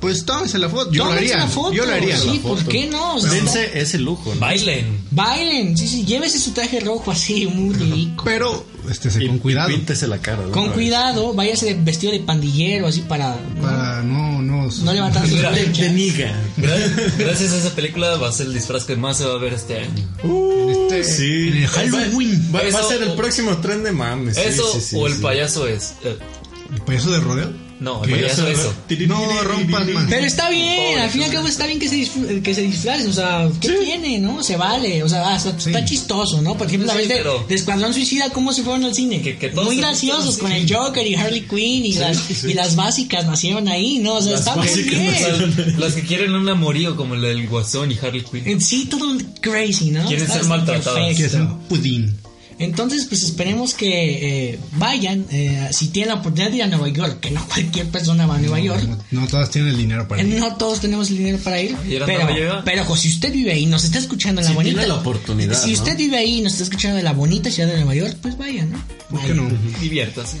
[SPEAKER 1] pues tómense la foto. Yo lo
[SPEAKER 2] Tómense
[SPEAKER 1] haría.
[SPEAKER 2] la foto,
[SPEAKER 1] yo lo haría.
[SPEAKER 2] Sí, pues. ¿por qué no? O sea,
[SPEAKER 4] Dense ese lujo. ¿no?
[SPEAKER 5] Bailen.
[SPEAKER 2] Bailen, sí, sí, llévese su traje rojo así, muy rico.
[SPEAKER 1] Pero este, se
[SPEAKER 4] Y-
[SPEAKER 1] con
[SPEAKER 4] y
[SPEAKER 1] cuidado.
[SPEAKER 4] Píntese la cara. ¿no?
[SPEAKER 2] Con cuidado, váyase de- vestido de pandillero así para no,
[SPEAKER 1] Para no, no,
[SPEAKER 2] no levantar sus
[SPEAKER 5] De- de
[SPEAKER 2] flechas.
[SPEAKER 4] Niga.
[SPEAKER 5] Gra- Gracias a esa película va a ser el disfraz que más se va a ver este año.
[SPEAKER 1] este-
[SPEAKER 4] Sí.
[SPEAKER 1] en el Halloween.
[SPEAKER 4] Va, va a
[SPEAKER 5] Eso
[SPEAKER 4] ser el
[SPEAKER 5] o-
[SPEAKER 4] próximo tren de mames. sí,
[SPEAKER 5] Eso
[SPEAKER 4] sí, sí,
[SPEAKER 5] o el
[SPEAKER 4] sí.
[SPEAKER 5] payaso es. Eh,
[SPEAKER 1] ¿El payaso de rodeo?
[SPEAKER 5] no,
[SPEAKER 1] ¿Qué?
[SPEAKER 5] el payaso
[SPEAKER 4] Eso,
[SPEAKER 5] eso.
[SPEAKER 1] No rompas más.
[SPEAKER 2] Pero está bien,
[SPEAKER 5] Pobre,
[SPEAKER 2] al fin y al cabo está bien que se, disfr- que se disfracen, o sea, ¿qué tiene, no? Se vale, o sea, hasta- está chistoso, ¿no? Por ejemplo, la
[SPEAKER 5] Sí,
[SPEAKER 2] vez de,
[SPEAKER 5] pero-
[SPEAKER 2] de Escuadrón Suicida, ¿cómo se fueron al cine?
[SPEAKER 5] Que- que todos
[SPEAKER 2] Muy
[SPEAKER 5] se-
[SPEAKER 2] graciosos, con el Joker y Harley Quinn y, las, y las básicas nacieron ahí, ¿no? O sea, está muy
[SPEAKER 5] O sea,
[SPEAKER 2] bien.
[SPEAKER 5] las que quieren un amorío como el del Guasón y Harley Quinn.
[SPEAKER 2] En sí, todo crazy, ¿no?
[SPEAKER 5] Quieren
[SPEAKER 2] Está-
[SPEAKER 5] ser
[SPEAKER 2] está
[SPEAKER 5] maltratados.
[SPEAKER 2] perfecto.
[SPEAKER 1] Que es un pudín.
[SPEAKER 2] Entonces, pues esperemos que eh, vayan, eh, si tienen la oportunidad de ir a Nueva York, que no cualquier persona va a Nueva York.
[SPEAKER 1] No, no todas tienen el dinero para
[SPEAKER 2] Eh,
[SPEAKER 1] ir.
[SPEAKER 2] No todos tenemos el dinero para ir,
[SPEAKER 5] ¿Y era
[SPEAKER 2] pero,
[SPEAKER 5] Nueva York?
[SPEAKER 2] pero jo, si usted vive ahí, nos está escuchando en la
[SPEAKER 4] Si
[SPEAKER 2] bonita.
[SPEAKER 4] tiene la oportunidad,
[SPEAKER 2] Si
[SPEAKER 4] ¿no?
[SPEAKER 2] usted vive ahí y nos está escuchando de la bonita ciudad de Nueva York, pues vaya, ¿no?
[SPEAKER 1] ¿Por qué
[SPEAKER 2] Vaya.
[SPEAKER 1] no?
[SPEAKER 5] Diviértase.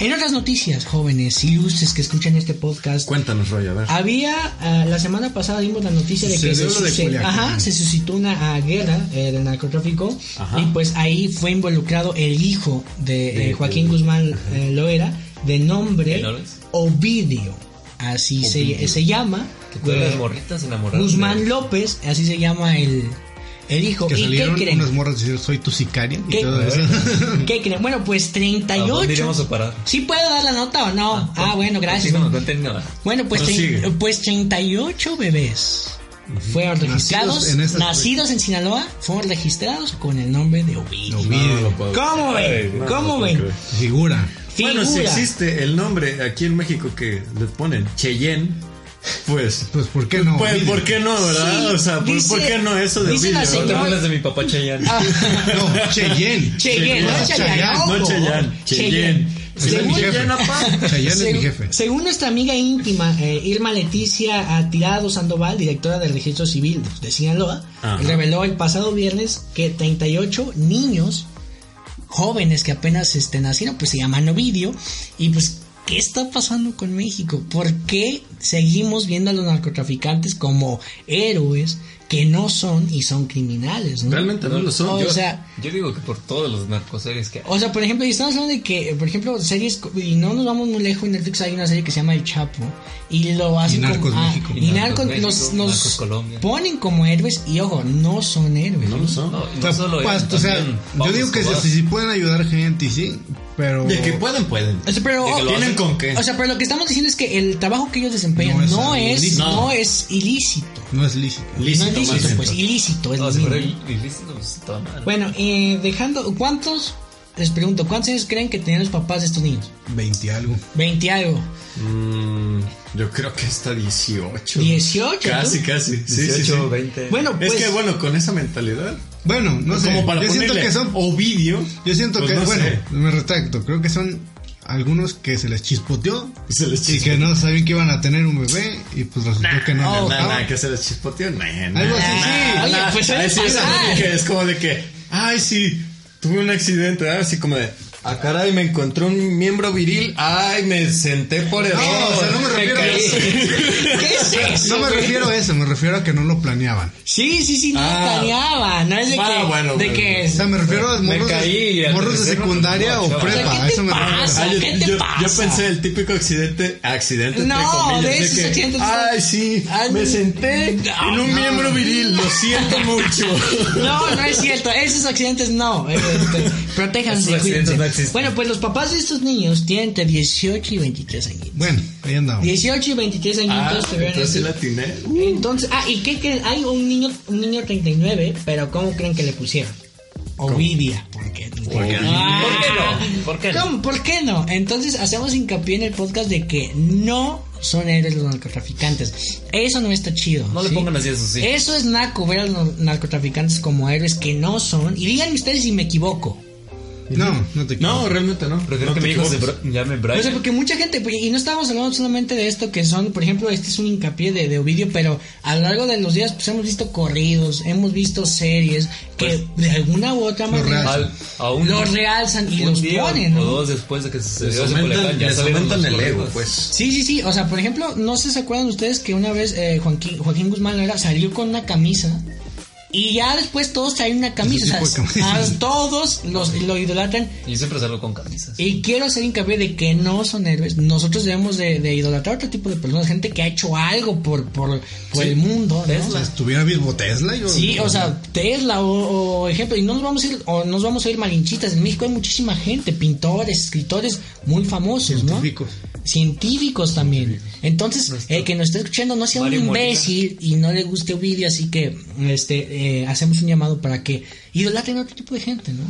[SPEAKER 2] En otras noticias, jóvenes ilustres que escuchan este podcast,
[SPEAKER 4] Cuéntanos, Roy, a ver.
[SPEAKER 2] había, ah, la semana pasada dimos la noticia de
[SPEAKER 1] Se
[SPEAKER 2] que se,
[SPEAKER 1] dio lo de
[SPEAKER 2] suce-
[SPEAKER 1] Culiacán.
[SPEAKER 2] ajá, se suscitó una ah, guerra eh, del narcotráfico
[SPEAKER 4] Ajá.
[SPEAKER 2] y pues ahí fue involucrado el hijo de, eh, Joaquín Guzmán eh, Loera de nombre
[SPEAKER 5] ¿Qué nombres?
[SPEAKER 2] Ovidio, así se, se llama.
[SPEAKER 5] Que todas
[SPEAKER 2] Eh,
[SPEAKER 5] las morritas se enamoraron.
[SPEAKER 2] Guzmán López, así se llama el, el hijo.
[SPEAKER 1] Que
[SPEAKER 2] ¿Y qué
[SPEAKER 1] salieron
[SPEAKER 2] creen?
[SPEAKER 1] unas morras diciendo soy tu sicaria y
[SPEAKER 2] ¿Qué?
[SPEAKER 1] todo eso.
[SPEAKER 2] ¿Qué creen? Bueno, pues
[SPEAKER 5] ¿A dónde
[SPEAKER 2] 38.
[SPEAKER 5] iremos a parar?
[SPEAKER 2] ¿Sí puedo dar la nota o no? Ah, bueno, gracias.
[SPEAKER 5] No, no tengo nada.
[SPEAKER 2] Bueno, pues, trein-
[SPEAKER 4] Prosigue.
[SPEAKER 2] pues 38 bebés fueron registrados,
[SPEAKER 1] en
[SPEAKER 2] nacidos
[SPEAKER 1] esas-
[SPEAKER 2] en, Sinaloa, fueron registrados con el nombre de Ovidio.
[SPEAKER 1] Ovidio.
[SPEAKER 4] puedo.
[SPEAKER 2] ¿Cómo ven?
[SPEAKER 4] Ay, no,
[SPEAKER 2] ¿Cómo
[SPEAKER 4] no
[SPEAKER 2] ven?
[SPEAKER 4] puedo
[SPEAKER 1] Figura.
[SPEAKER 4] Bueno, si
[SPEAKER 2] Figura.
[SPEAKER 4] existe el nombre aquí en México que le ponen Cheyenne, pues.
[SPEAKER 1] Pues, ¿por qué no?
[SPEAKER 4] Pues, ¿por qué no, verdad?
[SPEAKER 2] Sí,
[SPEAKER 4] o sea, pues,
[SPEAKER 2] dice-
[SPEAKER 4] ¿por qué no eso de
[SPEAKER 2] dice la
[SPEAKER 4] Villa,
[SPEAKER 2] señora-
[SPEAKER 4] verdad?
[SPEAKER 5] No hables de mi papá Cheyenne.
[SPEAKER 1] No, Cheyenne.
[SPEAKER 2] Cheyenne, no Cheyenne.
[SPEAKER 1] Chayanne,
[SPEAKER 2] ojo.
[SPEAKER 4] no Cheyenne, Cheyenne.
[SPEAKER 1] Ese es mi
[SPEAKER 2] Según-
[SPEAKER 1] jefe.
[SPEAKER 4] Cheyenne, apa.
[SPEAKER 1] Cheyenne es mi
[SPEAKER 2] Seg-
[SPEAKER 1] jefe.
[SPEAKER 2] Según nuestra amiga íntima, eh, Irma Leticia Atirado Sandoval, directora del Registro Civil de Sinaloa,
[SPEAKER 4] Ajá.
[SPEAKER 2] reveló el pasado viernes que 38 niños jóvenes que apenas este, nacieron, pues se llaman Ovidio, y pues, ¿qué está pasando con México? ¿Por qué seguimos viendo a los narcotraficantes como héroes que no son y son criminales? ¿no?
[SPEAKER 4] Realmente no lo son.
[SPEAKER 2] O
[SPEAKER 5] yo,
[SPEAKER 2] sea,
[SPEAKER 5] yo digo que por todos los narcoseries que
[SPEAKER 2] o sea, por ejemplo, y estamos hablando de que, eh, por ejemplo, series, co- y no nos vamos muy lejos, en Netflix hay una serie que se llama El Chapo, y lo hacen
[SPEAKER 1] Narcos
[SPEAKER 2] como, ah,
[SPEAKER 1] México.
[SPEAKER 2] y
[SPEAKER 5] Y
[SPEAKER 2] Narcos,
[SPEAKER 5] Narcos México,
[SPEAKER 2] los,
[SPEAKER 5] Narcos
[SPEAKER 2] nos
[SPEAKER 5] Colombia.
[SPEAKER 2] ponen como héroes, y ojo, no son héroes.
[SPEAKER 4] No lo son.
[SPEAKER 5] No, y
[SPEAKER 1] O
[SPEAKER 5] no
[SPEAKER 1] sea,
[SPEAKER 5] solo él,
[SPEAKER 1] pues, o sea,
[SPEAKER 5] también
[SPEAKER 1] yo
[SPEAKER 5] Pablo
[SPEAKER 1] digo que si,
[SPEAKER 5] Escobar.
[SPEAKER 1] si pueden ayudar gente, y sí, pero...
[SPEAKER 4] De que pueden, pueden.
[SPEAKER 2] O sea, pero,
[SPEAKER 5] De que lo
[SPEAKER 4] ¿Tienen
[SPEAKER 5] hacen-
[SPEAKER 4] con qué?
[SPEAKER 2] o sea, pero lo que estamos diciendo es que el trabajo que ellos desempeñan no
[SPEAKER 1] No
[SPEAKER 2] es,
[SPEAKER 1] es
[SPEAKER 2] no
[SPEAKER 1] algo
[SPEAKER 2] es,
[SPEAKER 1] ilícito.
[SPEAKER 2] ilícito.
[SPEAKER 1] No es lícito.
[SPEAKER 4] Lícito,
[SPEAKER 2] no es
[SPEAKER 4] más bien.
[SPEAKER 2] lícito, pues ilícito es
[SPEAKER 5] No,
[SPEAKER 2] lo
[SPEAKER 5] si
[SPEAKER 2] mismo.
[SPEAKER 5] fuera ilícito, pues, toda madre.
[SPEAKER 2] Bueno, eh, dejando, ¿cuántos, les pregunto, cuántos años creen que tenían los papás de estos niños?
[SPEAKER 1] 20 algo.
[SPEAKER 2] 20 algo.
[SPEAKER 4] Mm, yo creo que está 18.
[SPEAKER 2] 18,
[SPEAKER 4] Casi,
[SPEAKER 2] ¿no?
[SPEAKER 4] casi. Sí, sí,
[SPEAKER 3] 18,
[SPEAKER 4] sí.
[SPEAKER 3] 20.
[SPEAKER 2] Bueno, pues...
[SPEAKER 4] Es que bueno, con esa mentalidad.
[SPEAKER 1] Bueno, no sé.
[SPEAKER 4] Pues como para
[SPEAKER 1] yo siento
[SPEAKER 4] ponerle
[SPEAKER 1] que son...
[SPEAKER 4] Ovidio.
[SPEAKER 1] Yo siento
[SPEAKER 4] Pues
[SPEAKER 1] que...
[SPEAKER 4] no
[SPEAKER 1] bueno,
[SPEAKER 4] sé.
[SPEAKER 1] me retracto. Creo que son algunos que se les chispoteó
[SPEAKER 4] Se les
[SPEAKER 1] y que
[SPEAKER 4] chispoteó.
[SPEAKER 1] no sabían que iban a tener un bebé y pues resultó que no.
[SPEAKER 2] oh,
[SPEAKER 1] les
[SPEAKER 4] Nah,
[SPEAKER 1] gustaba.
[SPEAKER 4] nah, que se les chispoteó. Nah, nah,
[SPEAKER 1] Algo así, sí.
[SPEAKER 4] nah,
[SPEAKER 2] Oye,
[SPEAKER 4] nah.
[SPEAKER 2] pues, suele
[SPEAKER 4] Ay, sí, esa
[SPEAKER 2] pasar.
[SPEAKER 4] madre que es como de que, ay, sí, tuve un accidente, ¿verdad? así como de, ah, caray, me encontré un miembro viril, ay, me senté por el.
[SPEAKER 1] No, o sea, no me refiero a eso.
[SPEAKER 2] ¿Qué es eso?
[SPEAKER 1] No me
[SPEAKER 2] güey?
[SPEAKER 1] refiero a eso, me refiero a que no lo planeaban.
[SPEAKER 2] Sí, sí, sí, no
[SPEAKER 4] Ah.
[SPEAKER 2] planeaba. No es de
[SPEAKER 4] Ah,
[SPEAKER 2] que.
[SPEAKER 4] bueno,
[SPEAKER 2] de
[SPEAKER 4] bueno.
[SPEAKER 2] que
[SPEAKER 1] O sea, me refiero a
[SPEAKER 5] Me
[SPEAKER 1] morros,
[SPEAKER 5] caí y
[SPEAKER 1] de,
[SPEAKER 5] al
[SPEAKER 1] morros de
[SPEAKER 5] tercero me
[SPEAKER 1] secundaria
[SPEAKER 5] tumbó,
[SPEAKER 1] o
[SPEAKER 5] chaval.
[SPEAKER 1] prepa.
[SPEAKER 2] O sea,
[SPEAKER 1] a
[SPEAKER 2] ¿qué
[SPEAKER 1] eso
[SPEAKER 2] te
[SPEAKER 1] me refiero.
[SPEAKER 2] pasa?
[SPEAKER 4] yo,
[SPEAKER 2] ¿Qué te
[SPEAKER 4] yo- yo
[SPEAKER 2] pasa?
[SPEAKER 4] pensé el típico accidente, accidente entre
[SPEAKER 2] No,
[SPEAKER 4] comillas,
[SPEAKER 2] de esos accidentes
[SPEAKER 4] Ay, sí,
[SPEAKER 2] Ay,
[SPEAKER 4] me senté
[SPEAKER 2] no,
[SPEAKER 4] en un
[SPEAKER 2] no.
[SPEAKER 4] miembro viril, lo siento mucho.
[SPEAKER 2] No, no es cierto. Esos accidentes no. Este, protéjanse,
[SPEAKER 5] Esos accidentes
[SPEAKER 2] cuídense.
[SPEAKER 5] no existen.
[SPEAKER 2] bueno, pues los papás de estos niños tienen entre 18 y 23 años.
[SPEAKER 1] Bueno, ahí andamos.
[SPEAKER 2] 18 y 23 años
[SPEAKER 4] Ah,
[SPEAKER 2] tuvieron
[SPEAKER 4] entonces sí
[SPEAKER 2] ese-
[SPEAKER 4] la atiné.
[SPEAKER 5] Uh.
[SPEAKER 2] Entonces, ah, ¿y qué creen? Hay un niño, un niño 39, pero ¿cómo creen que le pusieron? Ovidia. ¿Por qué? ¿Por
[SPEAKER 4] qué?
[SPEAKER 5] ¿Por qué no? ¿Por qué no?
[SPEAKER 2] ¿Cómo? ¿Por qué no? Entonces hacemos hincapié en el podcast de que no son héroes los narcotraficantes. Eso no está chido.
[SPEAKER 5] No le
[SPEAKER 2] ¿sí? Eh,
[SPEAKER 5] pongan así eso, sí.
[SPEAKER 2] Eso es naco ver a los narcotraficantes como héroes que no son. Y díganme ustedes si me equivoco.
[SPEAKER 1] No, no te
[SPEAKER 4] No, realmente no. No
[SPEAKER 5] Prefiero que
[SPEAKER 4] te
[SPEAKER 5] mi hijo se
[SPEAKER 4] equivoques.
[SPEAKER 5] bra- llame Brian.
[SPEAKER 2] O sea, porque mucha gente, pues, y no estamos hablando solamente de esto que son, por ejemplo, este es un hincapié de, de Ovidio, pero a lo largo de los días pues hemos visto corridos, hemos visto series que de alguna u otra manera
[SPEAKER 5] Al- a un-
[SPEAKER 2] los realzan y
[SPEAKER 5] un
[SPEAKER 2] los
[SPEAKER 5] día
[SPEAKER 2] ponen,
[SPEAKER 5] O
[SPEAKER 2] ¿no?
[SPEAKER 5] dos después de que
[SPEAKER 4] Les
[SPEAKER 5] sucedió eso en
[SPEAKER 4] aumentan,
[SPEAKER 5] Culiacán, ya
[SPEAKER 4] les
[SPEAKER 5] salieron
[SPEAKER 4] aumentan
[SPEAKER 5] los
[SPEAKER 4] el ego,
[SPEAKER 5] corridos.
[SPEAKER 4] pues.
[SPEAKER 2] Sí, sí, sí. O sea, por ejemplo, no sé si se acuerdan ustedes que una vez eh, Joaquín, Joaquín Guzmán Loera salió con una camisa. Y ya después todos traen una camisa.
[SPEAKER 1] Ese
[SPEAKER 2] O sea,
[SPEAKER 1] tipo de camisas.
[SPEAKER 2] a todos los, lo idolatran.
[SPEAKER 5] Y siempre salgo con camisas.
[SPEAKER 2] Y quiero hacer hincapié de que no son héroes. Nosotros debemos de, de idolatrar a otro tipo de personas. Gente que ha hecho algo por, por, por el mundo. ¿no?
[SPEAKER 1] O sea, estuviera vivo Tesla, yo.
[SPEAKER 2] Sí, o sea, Tesla o, o ejemplo, y no nos vamos a ir, o nos vamos a ir malinchitas. En México hay muchísima gente, pintores, escritores muy famosos, ¿no?
[SPEAKER 1] Científicos.
[SPEAKER 2] Científicos también. Entonces, el que nos está escuchando no sea un
[SPEAKER 5] Mario Molina.
[SPEAKER 2] imbécil y no le guste Ovidio, así que este eh, hacemos un llamado para que idolatren a otro tipo de gente, ¿no?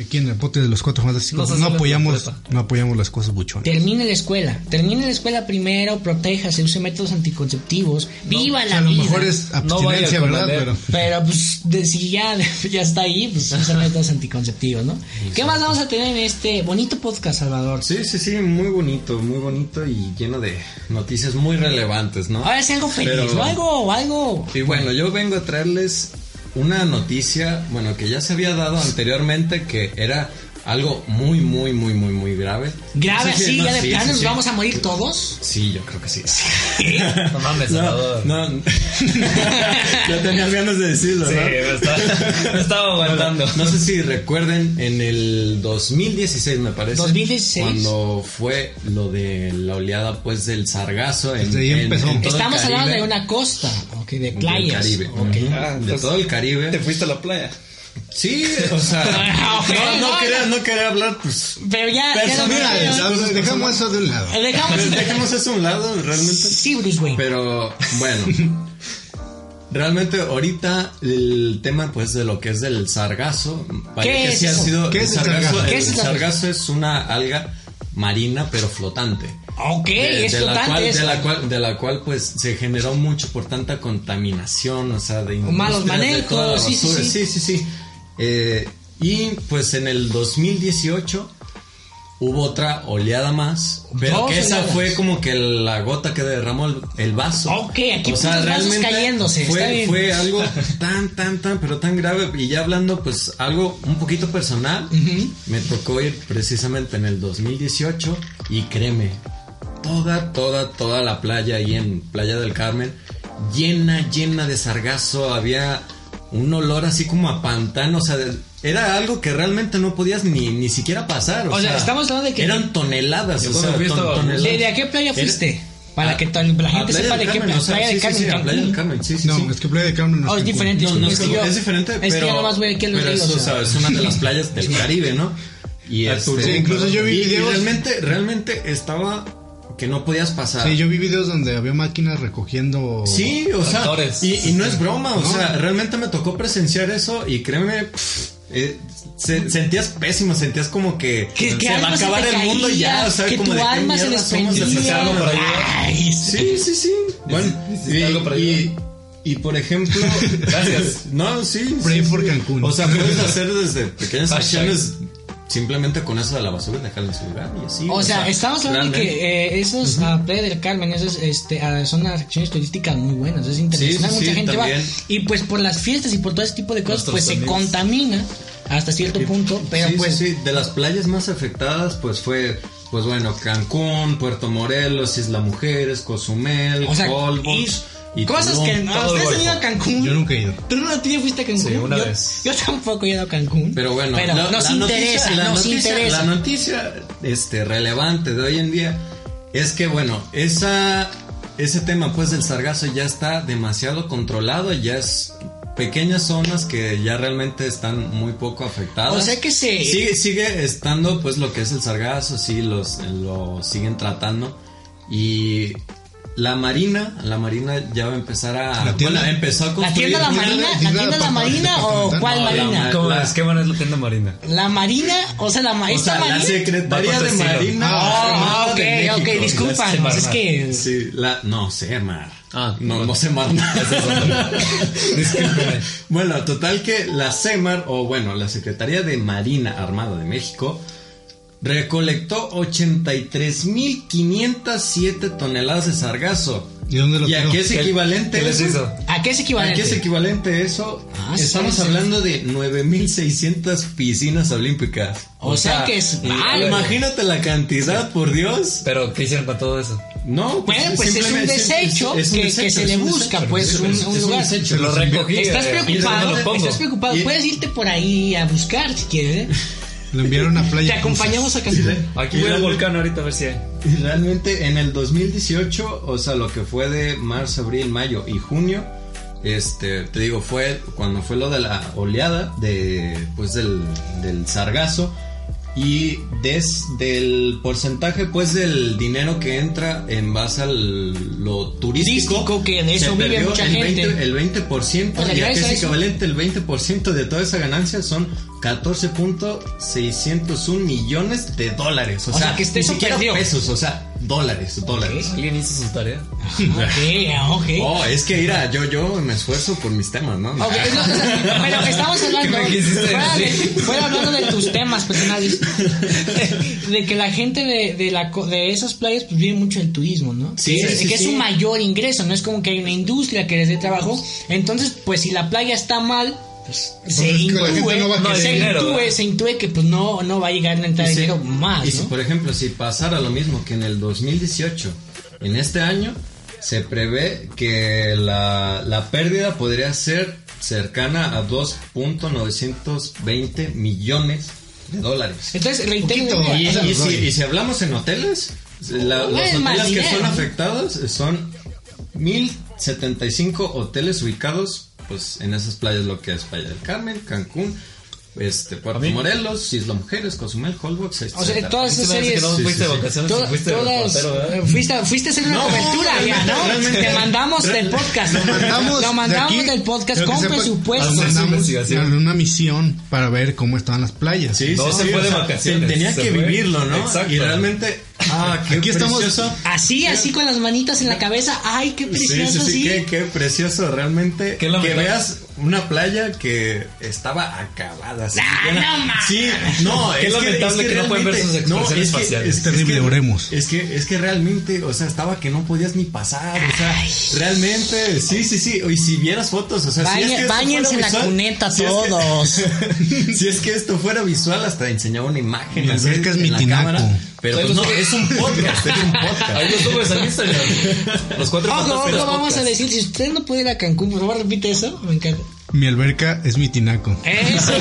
[SPEAKER 1] Aquí en el pote de los cuatro fantásticos
[SPEAKER 5] No
[SPEAKER 1] no,
[SPEAKER 5] se sale
[SPEAKER 1] apoyamos,
[SPEAKER 5] de la
[SPEAKER 1] no apoyamos las cosas buchonas.
[SPEAKER 2] Termine la escuela, termine la escuela primero, protéjase, use métodos anticonceptivos, viva
[SPEAKER 1] O
[SPEAKER 2] la
[SPEAKER 1] sea, a lo
[SPEAKER 2] vida.
[SPEAKER 1] mejor es
[SPEAKER 4] ah.
[SPEAKER 5] No vaya
[SPEAKER 1] abstinencia,
[SPEAKER 5] con
[SPEAKER 1] ¿verdad?
[SPEAKER 5] la ley.
[SPEAKER 1] Pero
[SPEAKER 2] Pero pues de- si ya, ya está ahí, pues son métodos anticonceptivos, ¿no? ¿Qué más vamos a tener en este bonito podcast, Salvador?
[SPEAKER 4] Sí, sí, sí, muy bonito, muy bonito y lleno de noticias muy relevantes, ¿no?
[SPEAKER 2] Ahora es algo feliz,
[SPEAKER 4] Pero-
[SPEAKER 2] o algo, o algo.
[SPEAKER 4] Y bueno, yo vengo a traerles una noticia, bueno, que ya se había dado anteriormente, que era algo muy, muy, muy, muy, muy grave.
[SPEAKER 2] Grave
[SPEAKER 4] No sé si-
[SPEAKER 2] así,
[SPEAKER 4] no,
[SPEAKER 2] ya de
[SPEAKER 4] sí,
[SPEAKER 2] plano
[SPEAKER 4] sí,
[SPEAKER 2] nos
[SPEAKER 4] sí.
[SPEAKER 2] vamos a morir todos.
[SPEAKER 4] Sí, yo creo que sí.
[SPEAKER 5] No mames, Salvador.
[SPEAKER 4] No, no. ya tenías ganas de decirlo,
[SPEAKER 5] Sí,
[SPEAKER 4] ¿no?
[SPEAKER 5] me estaba, me estaba aguantando.
[SPEAKER 4] No sé si recuerden en el 2016 me parece.
[SPEAKER 2] 2016.
[SPEAKER 4] Cuando fue lo de la oleada pues del sargazo en,
[SPEAKER 1] Desde ahí
[SPEAKER 4] en-
[SPEAKER 1] empezó.
[SPEAKER 4] en todo el
[SPEAKER 2] Estamos hablando de
[SPEAKER 4] Caribe.
[SPEAKER 2] una costa, ok, de
[SPEAKER 4] Del
[SPEAKER 2] playas.
[SPEAKER 4] Caribe.
[SPEAKER 2] ok.
[SPEAKER 4] Ujú. de todo el
[SPEAKER 1] Ah,
[SPEAKER 4] Caribe.
[SPEAKER 3] Te fuiste a la playa.
[SPEAKER 4] Sí, o sea,
[SPEAKER 2] Ok,
[SPEAKER 4] no, no
[SPEAKER 2] no,
[SPEAKER 4] quería, no quería hablar pues
[SPEAKER 2] Pero ya, ya lo
[SPEAKER 4] Personales,
[SPEAKER 2] vimos.
[SPEAKER 4] ¿no?
[SPEAKER 1] Entonces, pues, dejamos eso de un lado.
[SPEAKER 2] Dejamos.
[SPEAKER 4] dejemos eso a un lado realmente.
[SPEAKER 2] Sí, Bruce Wayne.
[SPEAKER 4] Pero bueno, realmente ahorita el tema pues de lo que es del sargazo, vaya
[SPEAKER 2] ¿Qué
[SPEAKER 4] que
[SPEAKER 2] es
[SPEAKER 4] sí ha
[SPEAKER 2] eso?
[SPEAKER 4] sido
[SPEAKER 1] ¿Qué
[SPEAKER 4] el
[SPEAKER 1] es el
[SPEAKER 4] sargazo,
[SPEAKER 1] sargazo?
[SPEAKER 2] ¿Qué
[SPEAKER 4] el
[SPEAKER 2] es el sargazo?
[SPEAKER 4] sargazo es una alga marina, pero flotante.
[SPEAKER 2] Ok,
[SPEAKER 4] de,
[SPEAKER 2] es
[SPEAKER 4] de la
[SPEAKER 2] flotante
[SPEAKER 4] cual,
[SPEAKER 2] eso.
[SPEAKER 4] de la cual de la cual pues se generó mucho por tanta contaminación o sea de
[SPEAKER 2] Malos
[SPEAKER 4] industrias, de
[SPEAKER 2] manejos,
[SPEAKER 4] toda la
[SPEAKER 2] sí, sí,
[SPEAKER 4] basura.
[SPEAKER 2] sí.
[SPEAKER 4] sí sí sí. Eh, y pues en el 2018 hubo otra oleada más pero
[SPEAKER 2] Dos
[SPEAKER 4] que esa
[SPEAKER 2] oleadas.
[SPEAKER 4] fue como que la gota que derramó el, el vaso
[SPEAKER 2] Ok, aquí puros vasos cayéndose,
[SPEAKER 4] fue
[SPEAKER 2] está bien.
[SPEAKER 4] fue algo tan tan tan pero tan grave y ya hablando pues algo un poquito personal
[SPEAKER 2] Ujú.
[SPEAKER 4] me tocó ir precisamente en el 2018 y créeme, toda, toda, toda la playa ahí en Playa del Carmen, llena, llena de sargazo, había un olor así como a pantano, o sea, de- era algo que realmente no podías ni, ni siquiera pasar. O,
[SPEAKER 2] O sea, estamos hablando de que-
[SPEAKER 4] Eran toneladas,
[SPEAKER 3] Yo
[SPEAKER 4] o
[SPEAKER 3] cuando
[SPEAKER 4] sea,
[SPEAKER 3] fui
[SPEAKER 4] ton-
[SPEAKER 3] estaba-
[SPEAKER 4] toneladas.
[SPEAKER 2] ¿De, de a qué playa
[SPEAKER 4] Era-
[SPEAKER 2] fuiste? Para
[SPEAKER 4] a-
[SPEAKER 2] que to- la
[SPEAKER 4] a
[SPEAKER 2] gente
[SPEAKER 4] Playa
[SPEAKER 2] sepa
[SPEAKER 4] del
[SPEAKER 2] de qué
[SPEAKER 4] Carmen,
[SPEAKER 2] playa.
[SPEAKER 4] o sea,
[SPEAKER 2] Playa de
[SPEAKER 4] sí, sí, sí,
[SPEAKER 2] Carmen,
[SPEAKER 4] a Playa del
[SPEAKER 2] Cancún.
[SPEAKER 4] Carmen, sí, sí,
[SPEAKER 1] No,
[SPEAKER 4] sí.
[SPEAKER 1] es que Playa de Carmen no
[SPEAKER 2] Oh, es
[SPEAKER 1] Cancún.
[SPEAKER 2] diferente.
[SPEAKER 4] No, no,
[SPEAKER 2] disculpe,
[SPEAKER 4] es,
[SPEAKER 2] que yo-
[SPEAKER 4] es diferente,
[SPEAKER 2] es que
[SPEAKER 4] pero,
[SPEAKER 2] yo nomás voy aquí a los
[SPEAKER 4] pero
[SPEAKER 2] ríos,
[SPEAKER 4] eso,
[SPEAKER 2] o sea.
[SPEAKER 4] o sea, es una de las playas del Caribe, ¿no? Y
[SPEAKER 1] Cancún,
[SPEAKER 4] este,
[SPEAKER 1] sí, incluso yo vi
[SPEAKER 4] y- y
[SPEAKER 1] videos-
[SPEAKER 4] realmente, realmente estaba que no podías
[SPEAKER 2] Ah.
[SPEAKER 4] pasar.
[SPEAKER 1] Sí, yo vi videos donde había máquinas recogiendo.
[SPEAKER 4] Sí, o sea,
[SPEAKER 5] Actores.
[SPEAKER 4] y, y no es broma, o
[SPEAKER 1] No.
[SPEAKER 4] sea, realmente me tocó presenciar eso y créeme, pff, eh, se- sentías pésimo, sentías como que,
[SPEAKER 2] Que- que
[SPEAKER 4] se va
[SPEAKER 2] algo
[SPEAKER 4] a
[SPEAKER 2] se
[SPEAKER 4] acabar
[SPEAKER 2] te
[SPEAKER 4] el mundo
[SPEAKER 2] caía,
[SPEAKER 4] ya, o sea,
[SPEAKER 2] que
[SPEAKER 4] como
[SPEAKER 2] tu
[SPEAKER 4] de qué
[SPEAKER 2] alma se
[SPEAKER 4] mierda somos
[SPEAKER 2] desprendía.
[SPEAKER 4] desgraciados por ahí.
[SPEAKER 2] Ay,
[SPEAKER 4] Sí, sí, sí. Bueno,
[SPEAKER 5] hiciste
[SPEAKER 4] y,
[SPEAKER 5] algo para ayudar?
[SPEAKER 4] y, y, por ejemplo,
[SPEAKER 5] Gracias.
[SPEAKER 4] No, sí.
[SPEAKER 1] Pray
[SPEAKER 4] sí,
[SPEAKER 1] for
[SPEAKER 4] sí.
[SPEAKER 1] Cancún.
[SPEAKER 4] O sea, puedes hacer desde pequeñas
[SPEAKER 5] Hashtag.
[SPEAKER 4] acciones simplemente con eso de la basura y dejarla en su lugar y así.
[SPEAKER 2] O sea, estamos hablando de
[SPEAKER 4] realmente.
[SPEAKER 2] que eh, esos ah, Playa del Carmen, esos este, ah, son atracciones turísticas muy buenas, es internacional,
[SPEAKER 4] Sí, sí,
[SPEAKER 2] mucha
[SPEAKER 4] sí,
[SPEAKER 2] gente va.
[SPEAKER 4] también.
[SPEAKER 2] Y pues por las fiestas y por todo ese tipo de cosas,
[SPEAKER 5] Nuestros
[SPEAKER 2] pues se
[SPEAKER 5] amigos.
[SPEAKER 2] contamina hasta cierto punto, pero
[SPEAKER 4] Sí,
[SPEAKER 2] pues
[SPEAKER 4] sí, sí. de las playas más afectadas, pues fue, pues bueno, Cancún, Puerto Morelos, Isla Mujeres, Cozumel,
[SPEAKER 2] O sea,
[SPEAKER 4] Holbox
[SPEAKER 2] y cosas
[SPEAKER 4] Tulum.
[SPEAKER 2] que no. Ah,
[SPEAKER 4] Todo
[SPEAKER 2] ¿Ustedes
[SPEAKER 4] el
[SPEAKER 2] han ido a
[SPEAKER 4] golfo.
[SPEAKER 2] Cancún?
[SPEAKER 1] Yo nunca he ido.
[SPEAKER 2] ¿Tú no tú ya fuiste a Cancún?
[SPEAKER 5] Sí, una
[SPEAKER 2] yo,
[SPEAKER 5] vez.
[SPEAKER 2] yo tampoco he ido a Cancún.
[SPEAKER 4] Pero bueno,
[SPEAKER 2] Pero
[SPEAKER 4] la-
[SPEAKER 2] nos
[SPEAKER 4] la noticia,
[SPEAKER 2] interesa,
[SPEAKER 4] la
[SPEAKER 2] nos
[SPEAKER 4] noticia-
[SPEAKER 2] interesa.
[SPEAKER 4] la noticia, este, relevante de hoy en día es que, bueno, esa, ese tema pues del sargazo ya está demasiado controlado, ya es pequeñas zonas que ya realmente están muy poco afectadas.
[SPEAKER 2] O sea que se-
[SPEAKER 4] Sigue, sigue estando pues lo que es el sargazo, sí, los, lo siguen tratando y... La marina, la marina ya va a empezar a...
[SPEAKER 1] La tienda-
[SPEAKER 4] bueno, empezó a
[SPEAKER 2] ¿La
[SPEAKER 4] construir-
[SPEAKER 2] tienda La
[SPEAKER 1] Construir-
[SPEAKER 2] Marina?
[SPEAKER 1] Mira,
[SPEAKER 2] ¿La
[SPEAKER 1] mira,
[SPEAKER 2] tienda La
[SPEAKER 1] papá,
[SPEAKER 2] Marina o
[SPEAKER 1] departamental.
[SPEAKER 4] No,
[SPEAKER 2] cuál
[SPEAKER 4] la
[SPEAKER 2] Marina?
[SPEAKER 4] ma-
[SPEAKER 5] ¿Cómo es? ¿Qué buena es la tienda marina?
[SPEAKER 2] La Marina, o sea, la ma-
[SPEAKER 4] O
[SPEAKER 2] esta
[SPEAKER 4] sea, la
[SPEAKER 2] Marina.
[SPEAKER 4] Secretaría
[SPEAKER 5] Va
[SPEAKER 4] de
[SPEAKER 5] con tu estilo.
[SPEAKER 4] Marina.
[SPEAKER 2] Ah,
[SPEAKER 4] Armada
[SPEAKER 2] ok,
[SPEAKER 4] de México.
[SPEAKER 2] ok, disculpa, pues
[SPEAKER 5] La
[SPEAKER 2] es que.
[SPEAKER 4] Sí, la, no, Semar.
[SPEAKER 5] Ah,
[SPEAKER 4] no, no Semar.
[SPEAKER 5] Discúlpeme.
[SPEAKER 4] bueno, total que la Semar, o bueno, la Secretaría de Marina Armada de México, recolectó 83.507 toneladas de sargazo.
[SPEAKER 1] ¿Y dónde lo
[SPEAKER 4] ¿Y a
[SPEAKER 1] tiró?
[SPEAKER 4] qué es equivalente
[SPEAKER 5] ¿Qué les
[SPEAKER 4] eso?
[SPEAKER 5] hizo?
[SPEAKER 2] ¿A qué es
[SPEAKER 4] ¿A
[SPEAKER 2] equivalente?
[SPEAKER 4] qué es equivalente eso?
[SPEAKER 2] Ah, sí,
[SPEAKER 4] Estamos
[SPEAKER 2] sí.
[SPEAKER 4] hablando de 9600 piscinas olímpicas.
[SPEAKER 2] O sea que es- Ay,
[SPEAKER 4] imagínate la cantidad, por Dios.
[SPEAKER 5] Pero, ¿qué hicieron para todo eso?
[SPEAKER 4] No,
[SPEAKER 2] Bueno, pues es un
[SPEAKER 4] simplemente-
[SPEAKER 2] desecho que- que se
[SPEAKER 4] es
[SPEAKER 2] le
[SPEAKER 4] un
[SPEAKER 2] busca, pues, un- un lugar.
[SPEAKER 4] desecho.
[SPEAKER 5] Se lo recogí.
[SPEAKER 2] Estás
[SPEAKER 5] eh,
[SPEAKER 2] preocupado,
[SPEAKER 5] ¿dónde lo pongo?
[SPEAKER 2] estás preocupado.
[SPEAKER 4] Y-
[SPEAKER 2] Puedes irte por ahí a buscar si quieres. ¿eh?
[SPEAKER 1] Lo enviaron a Playa.
[SPEAKER 2] Te acompañamos a Cancún.
[SPEAKER 5] Aquí veo el volcán ahorita a ver si hay.
[SPEAKER 4] Y Realmente en el 2018, o sea, lo que fue de marzo, abril, mayo y junio, este, te digo, fue cuando fue lo de la oleada de, pues, del, del sargazo. Y desde el porcentaje, pues, del dinero que entra en base a lo turístico.
[SPEAKER 2] Turístico, que de
[SPEAKER 4] se
[SPEAKER 2] eso vive
[SPEAKER 4] perdió
[SPEAKER 2] mucha
[SPEAKER 4] el
[SPEAKER 2] gente.
[SPEAKER 4] 20, el 20%,
[SPEAKER 2] O sea,
[SPEAKER 4] y a qué
[SPEAKER 2] gracias a
[SPEAKER 4] es
[SPEAKER 2] eso-
[SPEAKER 4] equivalente el 20% de toda esa ganancia son 14.601 millones de dólares. O,
[SPEAKER 2] O sea, que este
[SPEAKER 4] ni
[SPEAKER 2] eso
[SPEAKER 4] siquiera
[SPEAKER 2] perdió.
[SPEAKER 4] pesos, Pues, o sea, dólares, dólares.
[SPEAKER 5] ¿Alguien hizo su tarea?
[SPEAKER 2] Ok, ok. Ah,
[SPEAKER 4] Oh, es que mira, yo, yo me esfuerzo por mis temas, ¿no? Ah,
[SPEAKER 2] Ok, es lo que- pero estamos hablando
[SPEAKER 5] ¿Qué me quisiste
[SPEAKER 2] fuera, de,
[SPEAKER 5] decir?
[SPEAKER 2] fuera hablando de tus temas personales de que la gente de, de la co- de esas playas pues vive mucho el turismo no
[SPEAKER 4] Sí,
[SPEAKER 2] que, es-
[SPEAKER 4] sí,
[SPEAKER 2] que es
[SPEAKER 4] sí.
[SPEAKER 2] su mayor ingreso no es como que hay una industria que les dé trabajo entonces pues si la playa está mal pues, se
[SPEAKER 1] es que la gente
[SPEAKER 2] intúe,
[SPEAKER 1] no va a
[SPEAKER 5] No, querer.
[SPEAKER 2] se,
[SPEAKER 5] dinero,
[SPEAKER 2] intúe,
[SPEAKER 5] ¿verdad?
[SPEAKER 2] se intúe que pues no, no va a llegar a entrar
[SPEAKER 4] Y si-
[SPEAKER 2] dinero más,
[SPEAKER 4] Y pues,
[SPEAKER 2] ¿no?
[SPEAKER 4] si, por ejemplo, si pasara lo mismo que en el 2018, en este año, se prevé que la, la pérdida podría ser cercana a 2.920 millones de dólares.
[SPEAKER 2] Entonces, reitero,
[SPEAKER 1] Poquito,
[SPEAKER 2] mira,
[SPEAKER 4] Y,
[SPEAKER 1] o sea,
[SPEAKER 4] y si,
[SPEAKER 1] rollo.
[SPEAKER 4] y si hablamos en hoteles, la- los
[SPEAKER 2] Bueno,
[SPEAKER 4] hoteles
[SPEAKER 2] más
[SPEAKER 4] que
[SPEAKER 2] dinero,
[SPEAKER 4] son
[SPEAKER 2] ¿no?
[SPEAKER 4] afectados son 1075 hoteles ubicados pues en esas playas, lo que es Playa del Carmen, Cancún, este, Puerto Morelos, Isla Mujeres, Cozumel, Holbox,
[SPEAKER 2] O sea,
[SPEAKER 4] etcétera.
[SPEAKER 2] todas
[SPEAKER 5] Se
[SPEAKER 2] esas
[SPEAKER 5] me hace que
[SPEAKER 2] series.
[SPEAKER 5] no
[SPEAKER 4] Sí, sí,
[SPEAKER 5] fuiste de
[SPEAKER 4] sí.
[SPEAKER 5] vacaciones,
[SPEAKER 2] to-
[SPEAKER 5] fuiste de
[SPEAKER 2] todas,
[SPEAKER 5] reportero, ¿verdad?
[SPEAKER 2] eh, fuiste, fuiste a hacer una cobertura ya, ¿no?
[SPEAKER 4] realmente.
[SPEAKER 2] Te mandamos del podcast. Lo
[SPEAKER 1] mandamos de aquí,
[SPEAKER 2] del podcast
[SPEAKER 1] pero que
[SPEAKER 2] con
[SPEAKER 1] sepa-
[SPEAKER 2] presupuesto.
[SPEAKER 1] Nos mandamos
[SPEAKER 3] investigación.
[SPEAKER 1] en una misión para ver cómo estaban las playas.
[SPEAKER 4] Sí,
[SPEAKER 5] No,
[SPEAKER 4] sí,
[SPEAKER 5] se
[SPEAKER 4] sí,
[SPEAKER 5] fue
[SPEAKER 4] o
[SPEAKER 5] de
[SPEAKER 4] sea,
[SPEAKER 5] vacaciones,
[SPEAKER 4] Tenía
[SPEAKER 5] se
[SPEAKER 4] que
[SPEAKER 5] fue.
[SPEAKER 4] vivirlo, ¿no?
[SPEAKER 5] Exacto.
[SPEAKER 4] Y realmente, ah, qué
[SPEAKER 1] Aquí estamos-
[SPEAKER 4] precioso.
[SPEAKER 2] Así, así con las manitas en la cabeza. Ay, qué
[SPEAKER 4] Sí,
[SPEAKER 2] precioso,
[SPEAKER 4] sí, sí,
[SPEAKER 2] sí.
[SPEAKER 4] Qué, qué precioso, realmente.
[SPEAKER 5] Qué
[SPEAKER 4] que
[SPEAKER 5] lamentable.
[SPEAKER 4] veas una playa que estaba acabada. así, llena-
[SPEAKER 2] Ah, no mames.
[SPEAKER 4] sí, no,
[SPEAKER 5] Qué
[SPEAKER 4] es
[SPEAKER 5] lamentable
[SPEAKER 4] que, es
[SPEAKER 5] que no pueden ver
[SPEAKER 4] realmente-
[SPEAKER 5] sus
[SPEAKER 4] no, es
[SPEAKER 5] expresiones
[SPEAKER 4] que-
[SPEAKER 5] faciales.
[SPEAKER 4] es que-
[SPEAKER 1] Terrible,
[SPEAKER 4] es que-
[SPEAKER 1] oremos.
[SPEAKER 4] Es que, es que realmente, o sea, estaba que no podías ni pasar, o sea, realmente, sí, sí, sí. Y si vieras fotos, o sea,
[SPEAKER 2] Bañe-
[SPEAKER 4] si es que esto
[SPEAKER 2] báñense
[SPEAKER 4] fuera
[SPEAKER 2] en la
[SPEAKER 4] visual,
[SPEAKER 2] cuneta
[SPEAKER 4] si es que-
[SPEAKER 2] todos.
[SPEAKER 4] si es que esto fuera visual, hasta enseñaba una imagen.
[SPEAKER 1] Me
[SPEAKER 4] así
[SPEAKER 1] acercas
[SPEAKER 4] en
[SPEAKER 1] mi
[SPEAKER 4] la
[SPEAKER 1] tinaco.
[SPEAKER 4] cámara, Pero
[SPEAKER 5] Ahí
[SPEAKER 4] pues
[SPEAKER 5] los-
[SPEAKER 4] no, es un podcast, es un
[SPEAKER 5] Ahí
[SPEAKER 4] podcast.
[SPEAKER 5] los subes al Instagram. Los cuatro
[SPEAKER 2] Ojo,
[SPEAKER 5] fantásticos
[SPEAKER 2] ojo, Ah, vamos a
[SPEAKER 5] podcast.
[SPEAKER 2] decir, si usted no puede ir a Cancún, por favor, repite eso. Me encanta.
[SPEAKER 1] Mi alberca es mi tinaco.
[SPEAKER 2] Eso.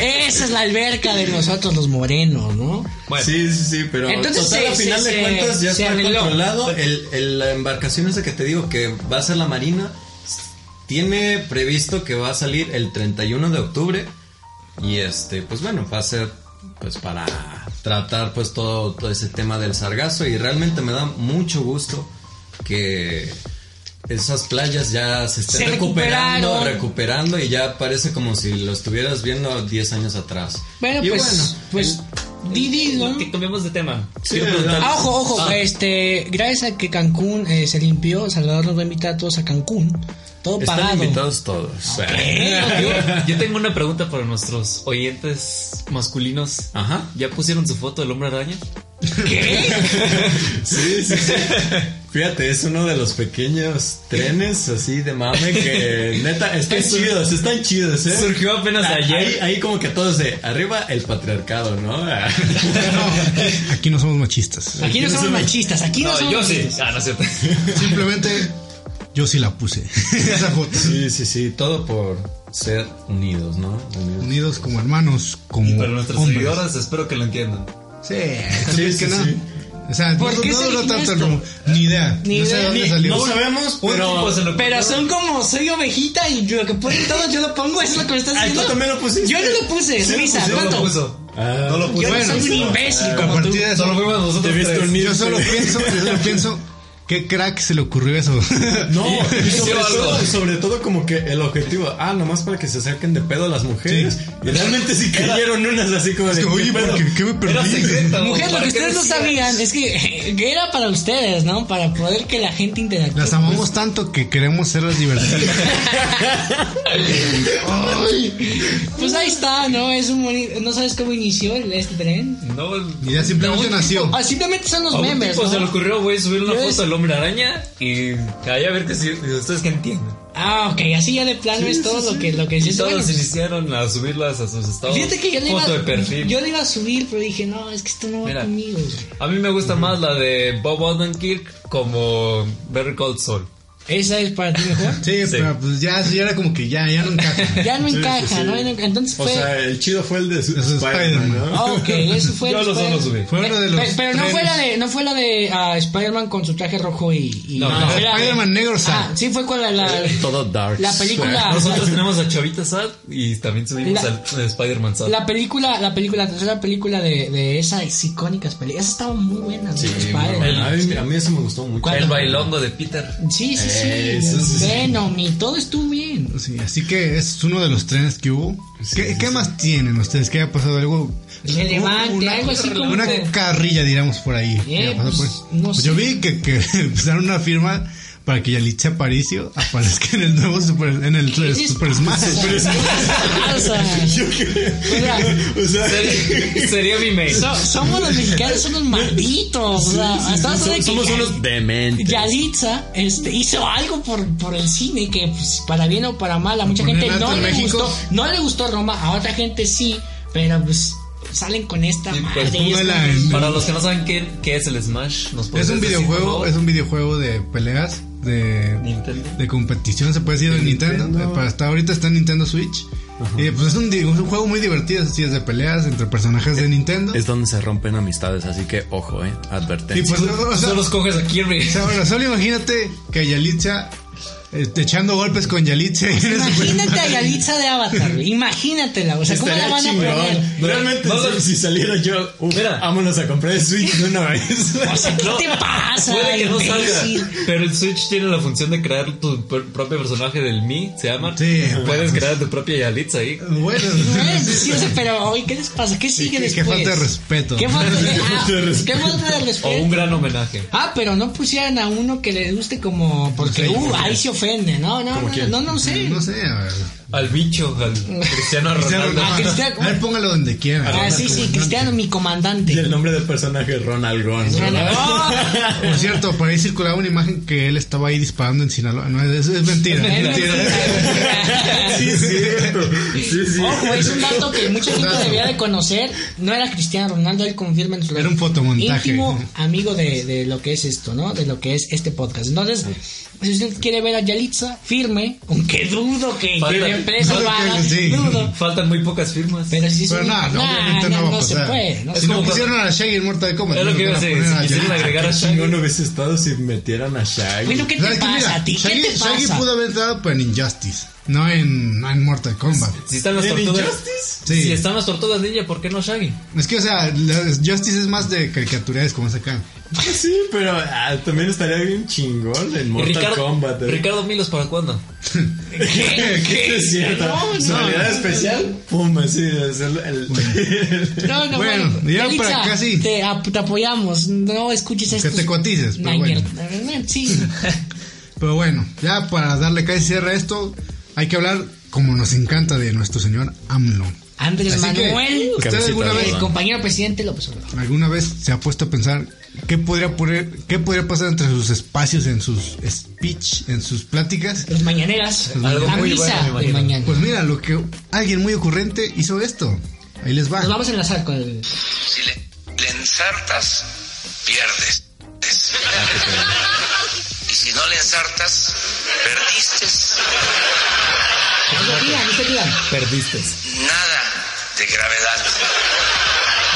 [SPEAKER 2] Esa es la alberca de nosotros los morenos, ¿no?
[SPEAKER 5] Bueno,
[SPEAKER 4] Sí, sí, sí, pero
[SPEAKER 2] Entonces,
[SPEAKER 4] total,
[SPEAKER 2] se-
[SPEAKER 4] al final
[SPEAKER 2] se-
[SPEAKER 4] de cuentas ya
[SPEAKER 2] se
[SPEAKER 4] está
[SPEAKER 2] arregló.
[SPEAKER 4] controlado. El, el- la embarcación esa que te digo que va a ser la Marina tiene previsto que va a salir el 31 de octubre y este, pues bueno, va a ser pues para tratar pues todo, todo ese tema del sargazo y realmente me da mucho gusto que esas playas ya se estén
[SPEAKER 2] Se
[SPEAKER 4] recuperando,
[SPEAKER 2] recuperaron.
[SPEAKER 4] recuperando y ya parece como si lo estuvieras viendo 10 años atrás.
[SPEAKER 2] Bueno,
[SPEAKER 4] Y
[SPEAKER 2] pues,
[SPEAKER 4] bueno,
[SPEAKER 2] pues, Didi, ¿no?
[SPEAKER 5] que cambiemos de tema.
[SPEAKER 4] Sí,
[SPEAKER 5] Quiero preguntar-
[SPEAKER 2] Ah, ojo, ojo,
[SPEAKER 5] Ah.
[SPEAKER 2] este, gracias a que Cancún eh, se limpió, Salvador nos va a invitar a todos a Cancún, todo
[SPEAKER 4] Están
[SPEAKER 2] pagado.
[SPEAKER 4] invitados todos.
[SPEAKER 5] Eh, Yo, yo tengo una pregunta para nuestros oyentes masculinos.
[SPEAKER 4] Ajá.
[SPEAKER 5] ¿Ya pusieron su foto del hombre araña?
[SPEAKER 4] Sí, sí, sí. Fíjate, es uno de los pequeños trenes así de mame que neta están chidos, están chidos, ¿eh?
[SPEAKER 5] Surgió apenas
[SPEAKER 4] Ah, Ahí,
[SPEAKER 5] ayer.
[SPEAKER 4] ahí como que todos de arriba el patriarcado, ¿no? Ah.
[SPEAKER 1] Aquí no somos machistas.
[SPEAKER 2] Aquí no somos machistas, aquí no,
[SPEAKER 5] No,
[SPEAKER 2] somos
[SPEAKER 5] yo sí.
[SPEAKER 2] machistas.
[SPEAKER 5] Ah, no es cierto.
[SPEAKER 1] Simplemente yo sí la puse. Esa foto.
[SPEAKER 4] Sí, sí, sí, todo por ser unidos, ¿no? Unidos.
[SPEAKER 1] Unidos como hermanos, como
[SPEAKER 3] Para nuestros
[SPEAKER 1] hombres.
[SPEAKER 3] seguidores, espero que lo entiendan.
[SPEAKER 1] Sí,
[SPEAKER 4] Sí,
[SPEAKER 1] sí,
[SPEAKER 4] sí,
[SPEAKER 1] que no.
[SPEAKER 4] sí.
[SPEAKER 1] O sea,
[SPEAKER 2] ¿Por
[SPEAKER 1] no,
[SPEAKER 2] qué
[SPEAKER 1] no
[SPEAKER 2] se
[SPEAKER 1] duró
[SPEAKER 2] eligió
[SPEAKER 1] tanto
[SPEAKER 2] esto?
[SPEAKER 1] rumbo. Ni idea.
[SPEAKER 2] Ni
[SPEAKER 1] no sé
[SPEAKER 2] idea.
[SPEAKER 1] de dónde
[SPEAKER 2] Ni-
[SPEAKER 1] salió.
[SPEAKER 4] No sabemos, pero...
[SPEAKER 5] Pues, se lo-
[SPEAKER 2] Pero son como, soy ovejita y yo lo que ponen todos yo lo pongo, eso es lo que me estás
[SPEAKER 4] Ay, Ah, tú
[SPEAKER 2] diciendo.
[SPEAKER 4] también lo pusiste.
[SPEAKER 2] Ah, Yo no lo puse, Luisa,
[SPEAKER 3] No lo
[SPEAKER 2] ¿cuánto?
[SPEAKER 3] puso.
[SPEAKER 4] Ah.
[SPEAKER 3] No lo
[SPEAKER 2] Yo
[SPEAKER 3] puso.
[SPEAKER 2] no soy un
[SPEAKER 1] Bueno,
[SPEAKER 2] imbécil
[SPEAKER 1] A
[SPEAKER 2] como tú.
[SPEAKER 1] partir de eso,
[SPEAKER 3] Solo fuimos
[SPEAKER 4] Te
[SPEAKER 3] nosotros
[SPEAKER 4] viste
[SPEAKER 3] tres.
[SPEAKER 4] unido.
[SPEAKER 1] yo solo pienso, yo solo pienso, qué crack se le ocurrió eso.
[SPEAKER 4] No, y
[SPEAKER 5] Hizo
[SPEAKER 4] sobre
[SPEAKER 5] algo.
[SPEAKER 4] todo, sobre todo como que el objetivo, ah, nomás para que se acerquen de pedo a las mujeres. Y realmente sí cayeron unas así como de...
[SPEAKER 1] que, oye,
[SPEAKER 4] ¿qué
[SPEAKER 1] ¿por
[SPEAKER 4] pedo?
[SPEAKER 1] qué, qué me
[SPEAKER 5] Era
[SPEAKER 1] perdí?
[SPEAKER 5] secreto.
[SPEAKER 2] Mujer, lo
[SPEAKER 5] ¿para
[SPEAKER 2] que
[SPEAKER 5] qué
[SPEAKER 2] ustedes no
[SPEAKER 5] decías?
[SPEAKER 2] sabían es que que era para ustedes, ¿no? Para poder que la gente interactúe.
[SPEAKER 1] Las amamos tanto que queremos serlas divertidas.
[SPEAKER 2] Pues ahí está, ¿no? Es un bonito... ¿No sabes cómo inició el- este tren?
[SPEAKER 5] No,
[SPEAKER 1] Y ya simplemente nació.
[SPEAKER 2] Ah, simplemente son los
[SPEAKER 5] a un
[SPEAKER 2] memes,
[SPEAKER 5] tipo se le
[SPEAKER 2] ¿no?
[SPEAKER 5] ocurrió, güey, subir una
[SPEAKER 2] Yo es-
[SPEAKER 5] foto del hombre araña y ahí a ver que si ustedes que entienden.
[SPEAKER 2] Ah, ok, así ya de plano es todo lo que, lo que
[SPEAKER 5] Y
[SPEAKER 2] dices.
[SPEAKER 5] todos
[SPEAKER 2] Bueno, pues,
[SPEAKER 5] iniciaron a subirlas a sus estados.
[SPEAKER 2] Fíjate que yo le, iba,
[SPEAKER 5] foto de perfil.
[SPEAKER 2] yo le iba a subir, pero dije, no, es que esto no va
[SPEAKER 5] Mira.
[SPEAKER 2] conmigo. güey.
[SPEAKER 5] A mí me gusta más la de Bob Odenkirk como Better Call Saul.
[SPEAKER 2] Esa es para ti mejor.
[SPEAKER 1] Sí, pero pues ya, ya era como que ya, ya no encaja.
[SPEAKER 2] Ya no
[SPEAKER 4] Sí, sí,
[SPEAKER 2] encaja,
[SPEAKER 4] sí.
[SPEAKER 2] ¿no? Ya no enca- Entonces
[SPEAKER 4] O
[SPEAKER 2] fue...
[SPEAKER 4] sea, el chido fue el de su-
[SPEAKER 1] Es Spider-Man.
[SPEAKER 4] Spider-Man, ¿no?
[SPEAKER 2] Ah, ok, eso fue...
[SPEAKER 5] Yo
[SPEAKER 2] el
[SPEAKER 5] lo solo
[SPEAKER 2] Spider-
[SPEAKER 5] subí.
[SPEAKER 1] Fue uno de los.
[SPEAKER 2] Pe- pero no
[SPEAKER 1] trenes.
[SPEAKER 2] fue la de, no fue la de ah, Spider-Man con su traje rojo y... y-
[SPEAKER 5] No,
[SPEAKER 1] No,
[SPEAKER 5] no.
[SPEAKER 2] fue la de-
[SPEAKER 1] Spider-Man negro
[SPEAKER 2] Ah,
[SPEAKER 1] sale.
[SPEAKER 2] sí, fue con la... la
[SPEAKER 4] Todo dark.
[SPEAKER 2] La película-
[SPEAKER 5] Nosotros tenemos a Chavita Sad y también subimos
[SPEAKER 2] Ah. La-
[SPEAKER 5] al al Spider-Man Sad.
[SPEAKER 2] La película, la película, la tercera película de, de esas icónicas películas, esas estaban muy buenas.
[SPEAKER 4] Sí,
[SPEAKER 2] ¿no?
[SPEAKER 4] muy
[SPEAKER 2] Spider-Man.
[SPEAKER 4] bueno. a, mí, a mí eso me gustó mucho.
[SPEAKER 2] ¿Cuál?
[SPEAKER 5] El bailongo de Peter.
[SPEAKER 2] Sí, sí, sí.
[SPEAKER 4] Eso sí, sí.
[SPEAKER 2] Venom y todo estuvo bien.
[SPEAKER 1] Pues Sí, así que es uno de los trenes que hubo. ¿Qué, qué más tienen ustedes? ¿Qué ha pasado? Algo.
[SPEAKER 2] Relevante,
[SPEAKER 1] una-
[SPEAKER 2] algo así como.
[SPEAKER 1] Una
[SPEAKER 2] que-
[SPEAKER 1] carrilla, diríamos, por ahí.
[SPEAKER 2] Eh,
[SPEAKER 1] Ya pasó por-
[SPEAKER 2] pues, no
[SPEAKER 1] Pues
[SPEAKER 2] sé.
[SPEAKER 1] Yo vi que, que empezaron una firma para que Yalitza Aparicio aparezca en el nuevo Super, en el
[SPEAKER 2] ¿Qué les
[SPEAKER 1] Super Smash.
[SPEAKER 2] pasa?
[SPEAKER 4] Yo que-
[SPEAKER 2] Mira,
[SPEAKER 4] o sea,
[SPEAKER 5] Sería, sería mi mail.
[SPEAKER 2] so- somos los mexicanos, somos malditos. O sea, hasta
[SPEAKER 4] so-
[SPEAKER 2] de que
[SPEAKER 4] somos
[SPEAKER 2] Yal-
[SPEAKER 4] unos dementes.
[SPEAKER 2] Yalitza este, hizo algo por, por el cine que, pues, para bien o para mal, a mucha
[SPEAKER 1] poner
[SPEAKER 2] gente
[SPEAKER 1] alto
[SPEAKER 2] no
[SPEAKER 1] en
[SPEAKER 2] le
[SPEAKER 1] México.
[SPEAKER 2] gustó. No le gustó Roma, a otra gente sí, pero pues salen con esta
[SPEAKER 5] Y, pues,
[SPEAKER 2] madre. y es
[SPEAKER 1] póngala
[SPEAKER 2] como-
[SPEAKER 1] en-
[SPEAKER 5] Para los que no saben qué, qué es el Smash, nos
[SPEAKER 1] Es
[SPEAKER 5] podrías
[SPEAKER 1] un
[SPEAKER 5] decir,
[SPEAKER 1] videojuego,
[SPEAKER 5] por favor?
[SPEAKER 1] es un videojuego de peleas, de,
[SPEAKER 5] Nintendo.
[SPEAKER 1] de competición, se puede decir, de Nintendo. Eh, Para hasta ahorita está en Nintendo Switch. Y pues es un, di- un juego muy divertido, así es de peleas entre personajes de Nintendo.
[SPEAKER 4] Es donde se rompen amistades, así que ojo, eh.
[SPEAKER 1] Y
[SPEAKER 4] Advertencia.
[SPEAKER 1] pues, o sea,
[SPEAKER 5] Solo escoges a Kirby.
[SPEAKER 1] o sea, bueno, solo imagínate que Yalitza Este, echando golpes con Yalitza.
[SPEAKER 2] Imagínate a Yalitza de Avatar, güey, imagínatela, o sea, ¿cómo la
[SPEAKER 4] Estaría
[SPEAKER 2] van a poner?
[SPEAKER 4] chingón. Realmente, si, si saliera yo, uf,
[SPEAKER 5] Mira.
[SPEAKER 4] vámonos a comprar el Switch de una vez.
[SPEAKER 2] O sea, ¿qué
[SPEAKER 5] No,
[SPEAKER 2] te pasa?
[SPEAKER 5] Puede que no
[SPEAKER 2] imbécil?
[SPEAKER 5] salga. Pero el Switch tiene la función de crear tu per- propio personaje del Mi, se llama.
[SPEAKER 1] Sí,
[SPEAKER 5] Puedes crear tu propia Yalitza ahí.
[SPEAKER 1] Bueno,
[SPEAKER 2] No es, sí, o sea, pero oye, ¿qué les pasa? ¿Qué sigue
[SPEAKER 1] qué- qué
[SPEAKER 2] después?
[SPEAKER 1] falta de respeto.
[SPEAKER 2] ¿Qué falta de, ah,
[SPEAKER 4] de
[SPEAKER 2] ¿qué
[SPEAKER 4] respeto.
[SPEAKER 2] falta de
[SPEAKER 5] O un
[SPEAKER 2] respeto?
[SPEAKER 5] gran homenaje.
[SPEAKER 2] Ah, pero no pusieran a uno que le guste como porque
[SPEAKER 1] No sé,
[SPEAKER 2] uh,
[SPEAKER 1] yo-
[SPEAKER 2] ahí se ofende. No, no, no, no, no sé.
[SPEAKER 1] no sé, a ver.
[SPEAKER 5] Al bicho, al Cristiano
[SPEAKER 1] Cristiano
[SPEAKER 5] Ronaldo.
[SPEAKER 1] Ronaldo.
[SPEAKER 2] Cristiano-
[SPEAKER 1] A ver, póngalo donde quiera.
[SPEAKER 2] Ah, sí, sí, Cristiano, mi comandante.
[SPEAKER 4] Y el nombre del personaje es Ronald Ron.
[SPEAKER 2] No,
[SPEAKER 1] Por cierto, por ahí circulaba una imagen que él estaba ahí disparando en Sinaloa. No, es, es mentira.
[SPEAKER 2] Es
[SPEAKER 1] Es mentira.
[SPEAKER 2] mentira.
[SPEAKER 1] sí, sí.
[SPEAKER 4] Sí, sí.
[SPEAKER 2] Ojo, es un dato que mucha gente debía de conocer. No era Cristiano Ronaldo, él confirma en su
[SPEAKER 1] Era un fotomontaje.
[SPEAKER 2] íntimo amigo de, de lo que es esto, ¿no? De lo que es este podcast. Entonces, si usted quiere ver a Yalitza, firme, aunque dudo que, que
[SPEAKER 5] Falta-
[SPEAKER 2] la empresa
[SPEAKER 1] dudo
[SPEAKER 2] lo
[SPEAKER 1] que-
[SPEAKER 2] haga,
[SPEAKER 1] sí.
[SPEAKER 2] dudo.
[SPEAKER 5] Faltan muy pocas firmas.
[SPEAKER 2] Pero si es
[SPEAKER 1] Pero
[SPEAKER 2] un-
[SPEAKER 1] nada, no,
[SPEAKER 2] nah,
[SPEAKER 1] obviamente
[SPEAKER 2] nah,
[SPEAKER 1] no, va a
[SPEAKER 2] se
[SPEAKER 1] pasar.
[SPEAKER 2] puede. ¿no?
[SPEAKER 1] si
[SPEAKER 5] como
[SPEAKER 1] no
[SPEAKER 5] cuando-
[SPEAKER 1] pusieron a Shaggy en Mortal Kombat,
[SPEAKER 5] Es
[SPEAKER 1] no
[SPEAKER 5] lo que
[SPEAKER 1] le
[SPEAKER 5] iba a
[SPEAKER 1] van a
[SPEAKER 5] decir.
[SPEAKER 1] poner a
[SPEAKER 5] Si quisieran
[SPEAKER 1] Yalitza.
[SPEAKER 5] agregar a
[SPEAKER 4] Chingón
[SPEAKER 5] Shaggy.
[SPEAKER 4] hubiese estado si metieran a Shaggy.
[SPEAKER 2] Bueno, ¿qué
[SPEAKER 1] ¿Sabes
[SPEAKER 2] te
[SPEAKER 1] qué?
[SPEAKER 2] pasa a ti?
[SPEAKER 1] Shaggy,
[SPEAKER 2] ¿Qué te
[SPEAKER 1] Shaggy
[SPEAKER 2] pasa?
[SPEAKER 1] pudo haber estado pero en Injustice, no en, no en Mortal Kombat.
[SPEAKER 5] Si están las
[SPEAKER 4] ¿En
[SPEAKER 5] tortugas.
[SPEAKER 4] Injustice?
[SPEAKER 1] Sí.
[SPEAKER 5] Si están las tortugas ninja, ¿por qué no Shaggy?
[SPEAKER 1] Es que, o sea, la- Justice es más de caricaturas como es acá.
[SPEAKER 4] Sí, pero ah, también estaría bien chingón en
[SPEAKER 5] Y
[SPEAKER 4] Mortal
[SPEAKER 5] Ricardo,
[SPEAKER 4] Kombat. ¿eh?
[SPEAKER 5] Ricardo Milos, ¿para cuándo?
[SPEAKER 4] ¿Qué? ¿Qué es cierto?
[SPEAKER 2] No, no.
[SPEAKER 4] Su habilidad especial, pum, así, es el, el-
[SPEAKER 2] No, no,
[SPEAKER 1] Bueno, ya
[SPEAKER 2] Yalitza,
[SPEAKER 1] para acá sí.
[SPEAKER 2] Te, ap- te apoyamos. No escuches
[SPEAKER 1] Que
[SPEAKER 2] esto.
[SPEAKER 1] te cuatices, pero bueno.
[SPEAKER 2] Sí.
[SPEAKER 1] Pero bueno, ya para darle casi cierre a esto, hay que hablar como nos encanta de nuestro señor AMLO.
[SPEAKER 2] Andrés
[SPEAKER 1] Así que,
[SPEAKER 2] Manuel,
[SPEAKER 1] ¿usted alguna
[SPEAKER 2] el
[SPEAKER 1] vez,
[SPEAKER 2] compañero presidente López Obrador.
[SPEAKER 1] alguna vez se ha puesto a pensar qué podría, ocurrir- qué podría pasar entre sus espacios, en sus speech, en sus pláticas?
[SPEAKER 2] Las mañaneras,
[SPEAKER 5] Algo
[SPEAKER 2] la
[SPEAKER 5] muy
[SPEAKER 2] misa
[SPEAKER 5] bueno, me
[SPEAKER 2] de
[SPEAKER 5] imagino.
[SPEAKER 2] mañana.
[SPEAKER 1] Pues mira, lo que alguien muy ocurrente hizo esto. Ahí les va.
[SPEAKER 2] Nos vamos a enlazar con el...
[SPEAKER 6] Si le, le ensartas, pierdes. Y si no le ensartas, perdiste.
[SPEAKER 2] No se tiran, no se tiran. No
[SPEAKER 5] Perdiste.
[SPEAKER 6] Nada de gravedad.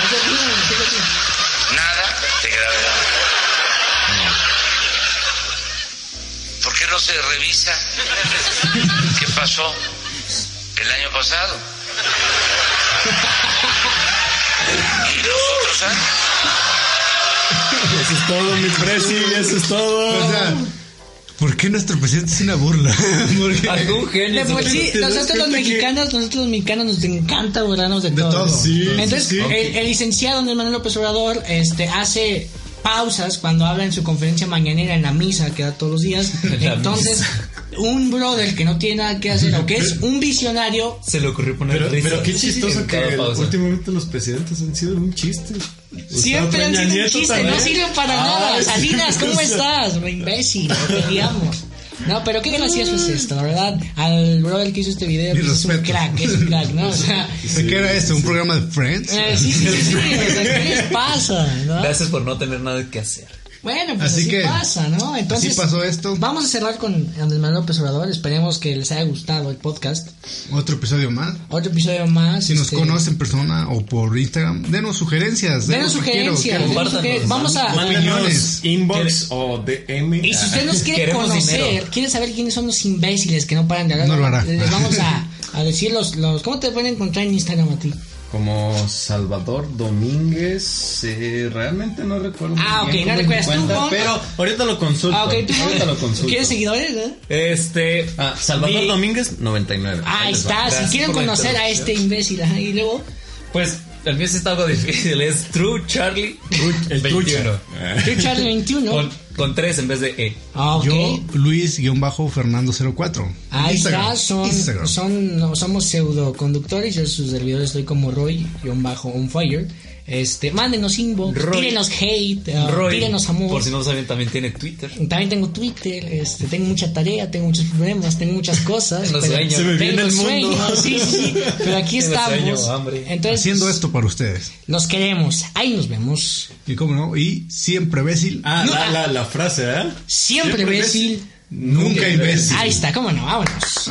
[SPEAKER 2] se tiran, no se tiran.
[SPEAKER 6] Nada de gravedad. ¿Por qué no se revisa qué pasó el año pasado? Y ¿eh? los otros años.
[SPEAKER 4] Eso es todo, mi presi, eso es todo.
[SPEAKER 1] O sea, ¿por qué nuestro presidente es una burla? ¿Por qué?
[SPEAKER 5] Algún genio.
[SPEAKER 2] De por sí,
[SPEAKER 4] ¿Te das
[SPEAKER 2] nosotros los
[SPEAKER 4] cuenta que-
[SPEAKER 2] mexicanos, nosotros los mexicanos nos encanta burlarnos de, todo.
[SPEAKER 1] todo,
[SPEAKER 4] sí,
[SPEAKER 2] Entonces,
[SPEAKER 4] sí, sí.
[SPEAKER 2] el, el licenciado Andrés Manuel López Obrador este, hace pausas cuando habla en su conferencia mañanera en la misa que da todos los días.
[SPEAKER 5] la
[SPEAKER 2] Entonces, un brother que no tiene nada que hacer o que es un visionario,
[SPEAKER 5] Se le ocurrió poner
[SPEAKER 4] Pero,
[SPEAKER 5] risa.
[SPEAKER 4] pero qué
[SPEAKER 5] Sí, sí,
[SPEAKER 4] chistoso
[SPEAKER 5] en cada
[SPEAKER 4] que el-
[SPEAKER 5] pausa.
[SPEAKER 4] últimamente los presidentes han sido un chiste.
[SPEAKER 2] siempre
[SPEAKER 4] Gustavo
[SPEAKER 2] han
[SPEAKER 4] Peña
[SPEAKER 2] sido un
[SPEAKER 4] Nieto
[SPEAKER 2] chiste,
[SPEAKER 4] también.
[SPEAKER 2] no sirven para
[SPEAKER 4] Ah,
[SPEAKER 2] nada.
[SPEAKER 4] sí,
[SPEAKER 2] Salinas, ¿cómo
[SPEAKER 4] o sea,
[SPEAKER 2] estás? Re imbécil, lo queríamos. No, pero qué gracioso es esto, la verdad. Al brother que hizo este video
[SPEAKER 1] Mi
[SPEAKER 2] pues, es un
[SPEAKER 1] respeto.
[SPEAKER 2] crack, es un crack, ¿no? O sea,
[SPEAKER 1] ¿De qué era esto? ¿Un programa de Friends?
[SPEAKER 2] Eh, sí, sí, sí, sí, o sea, ¿qué les pasa? no?
[SPEAKER 5] Gracias por no tener nada que hacer.
[SPEAKER 2] Bueno, pues
[SPEAKER 1] Así
[SPEAKER 2] así,
[SPEAKER 1] que,
[SPEAKER 2] pasa, ¿no? Entonces,
[SPEAKER 1] así pasó esto.
[SPEAKER 2] Vamos a cerrar con Andrés Manuel López Obrador. Esperemos que les haya gustado el podcast.
[SPEAKER 1] Otro episodio más.
[SPEAKER 2] Otro episodio más.
[SPEAKER 1] Si nos
[SPEAKER 2] este,
[SPEAKER 1] conoce en persona o por Instagram, denos sugerencias.
[SPEAKER 2] Denos
[SPEAKER 1] lo que quiero,
[SPEAKER 2] sugerencias.
[SPEAKER 1] que-
[SPEAKER 2] denos sugerencias. Vamos a...
[SPEAKER 1] Opiniones.
[SPEAKER 4] Inbox o DM.
[SPEAKER 2] Y si usted nos quiere
[SPEAKER 5] Queremos
[SPEAKER 2] conocer,
[SPEAKER 5] dinero.
[SPEAKER 2] quiere saber quiénes son los imbéciles que no paran de hablar,
[SPEAKER 1] No lo hará.
[SPEAKER 2] les vamos a, a decir los, los... ¿Cómo te pueden encontrar en Instagram a ti?
[SPEAKER 4] Como Salvador Domínguez, eh, realmente no recuerdo.
[SPEAKER 2] Ah,
[SPEAKER 4] muy bien
[SPEAKER 2] ok, no
[SPEAKER 4] cómo es
[SPEAKER 2] recuerdas.
[SPEAKER 4] mi
[SPEAKER 2] Tú pon-
[SPEAKER 4] pero ahorita lo consulto.
[SPEAKER 2] Ah, ok, tú
[SPEAKER 4] ahorita lo consulto.
[SPEAKER 2] ¿Quieres seguidores? eh?
[SPEAKER 5] Este.
[SPEAKER 4] Ah, Salvador
[SPEAKER 5] mi-
[SPEAKER 4] Domínguez 99.
[SPEAKER 2] Ah, ahí
[SPEAKER 4] les va.
[SPEAKER 2] está. Si
[SPEAKER 5] Gracias
[SPEAKER 2] quieren
[SPEAKER 5] por la
[SPEAKER 2] conocer a
[SPEAKER 5] introducción.
[SPEAKER 2] este imbécil, ajá, y luego...
[SPEAKER 5] Pues el mío sí está algo difícil. Es True Charlie.
[SPEAKER 4] el
[SPEAKER 5] 21.
[SPEAKER 2] Richard21.
[SPEAKER 5] Con, con tres en vez de E.
[SPEAKER 2] Ah, ok.
[SPEAKER 1] Yo, Luis-Fernando04.
[SPEAKER 2] Ahí está,
[SPEAKER 1] Instagram.
[SPEAKER 2] son,
[SPEAKER 1] Instagram.
[SPEAKER 2] son, no, somos pseudoconductores, yo sus servidores estoy como Roy, guión bajo on fire. Este, mándenos inbox,
[SPEAKER 5] Roy.
[SPEAKER 2] tírenos hate, uh,
[SPEAKER 5] Roy.
[SPEAKER 2] tírenos amor.
[SPEAKER 5] Por si no lo saben, también tiene Twitter.
[SPEAKER 2] También tengo Twitter, este, tengo mucha tarea, tengo muchos problemas, tengo muchas cosas.
[SPEAKER 5] Los
[SPEAKER 2] pero-
[SPEAKER 5] sueños. Se
[SPEAKER 4] me viene
[SPEAKER 2] tengo
[SPEAKER 4] el mundo.
[SPEAKER 2] sueños, sí, sí, sí, pero aquí
[SPEAKER 5] Tengo
[SPEAKER 2] estamos.
[SPEAKER 5] sueño, hambre.
[SPEAKER 2] Entonces,
[SPEAKER 1] Haciendo esto para ustedes.
[SPEAKER 2] los queremos, ahí nos vemos.
[SPEAKER 1] Y cómo no, y siempre bécil,
[SPEAKER 4] Ah, la, la, la frase, ¿eh?
[SPEAKER 2] Siempre,
[SPEAKER 4] Siempre
[SPEAKER 2] imbécil.
[SPEAKER 1] nunca imbécil.
[SPEAKER 2] Ahí está, cómo no, vámonos.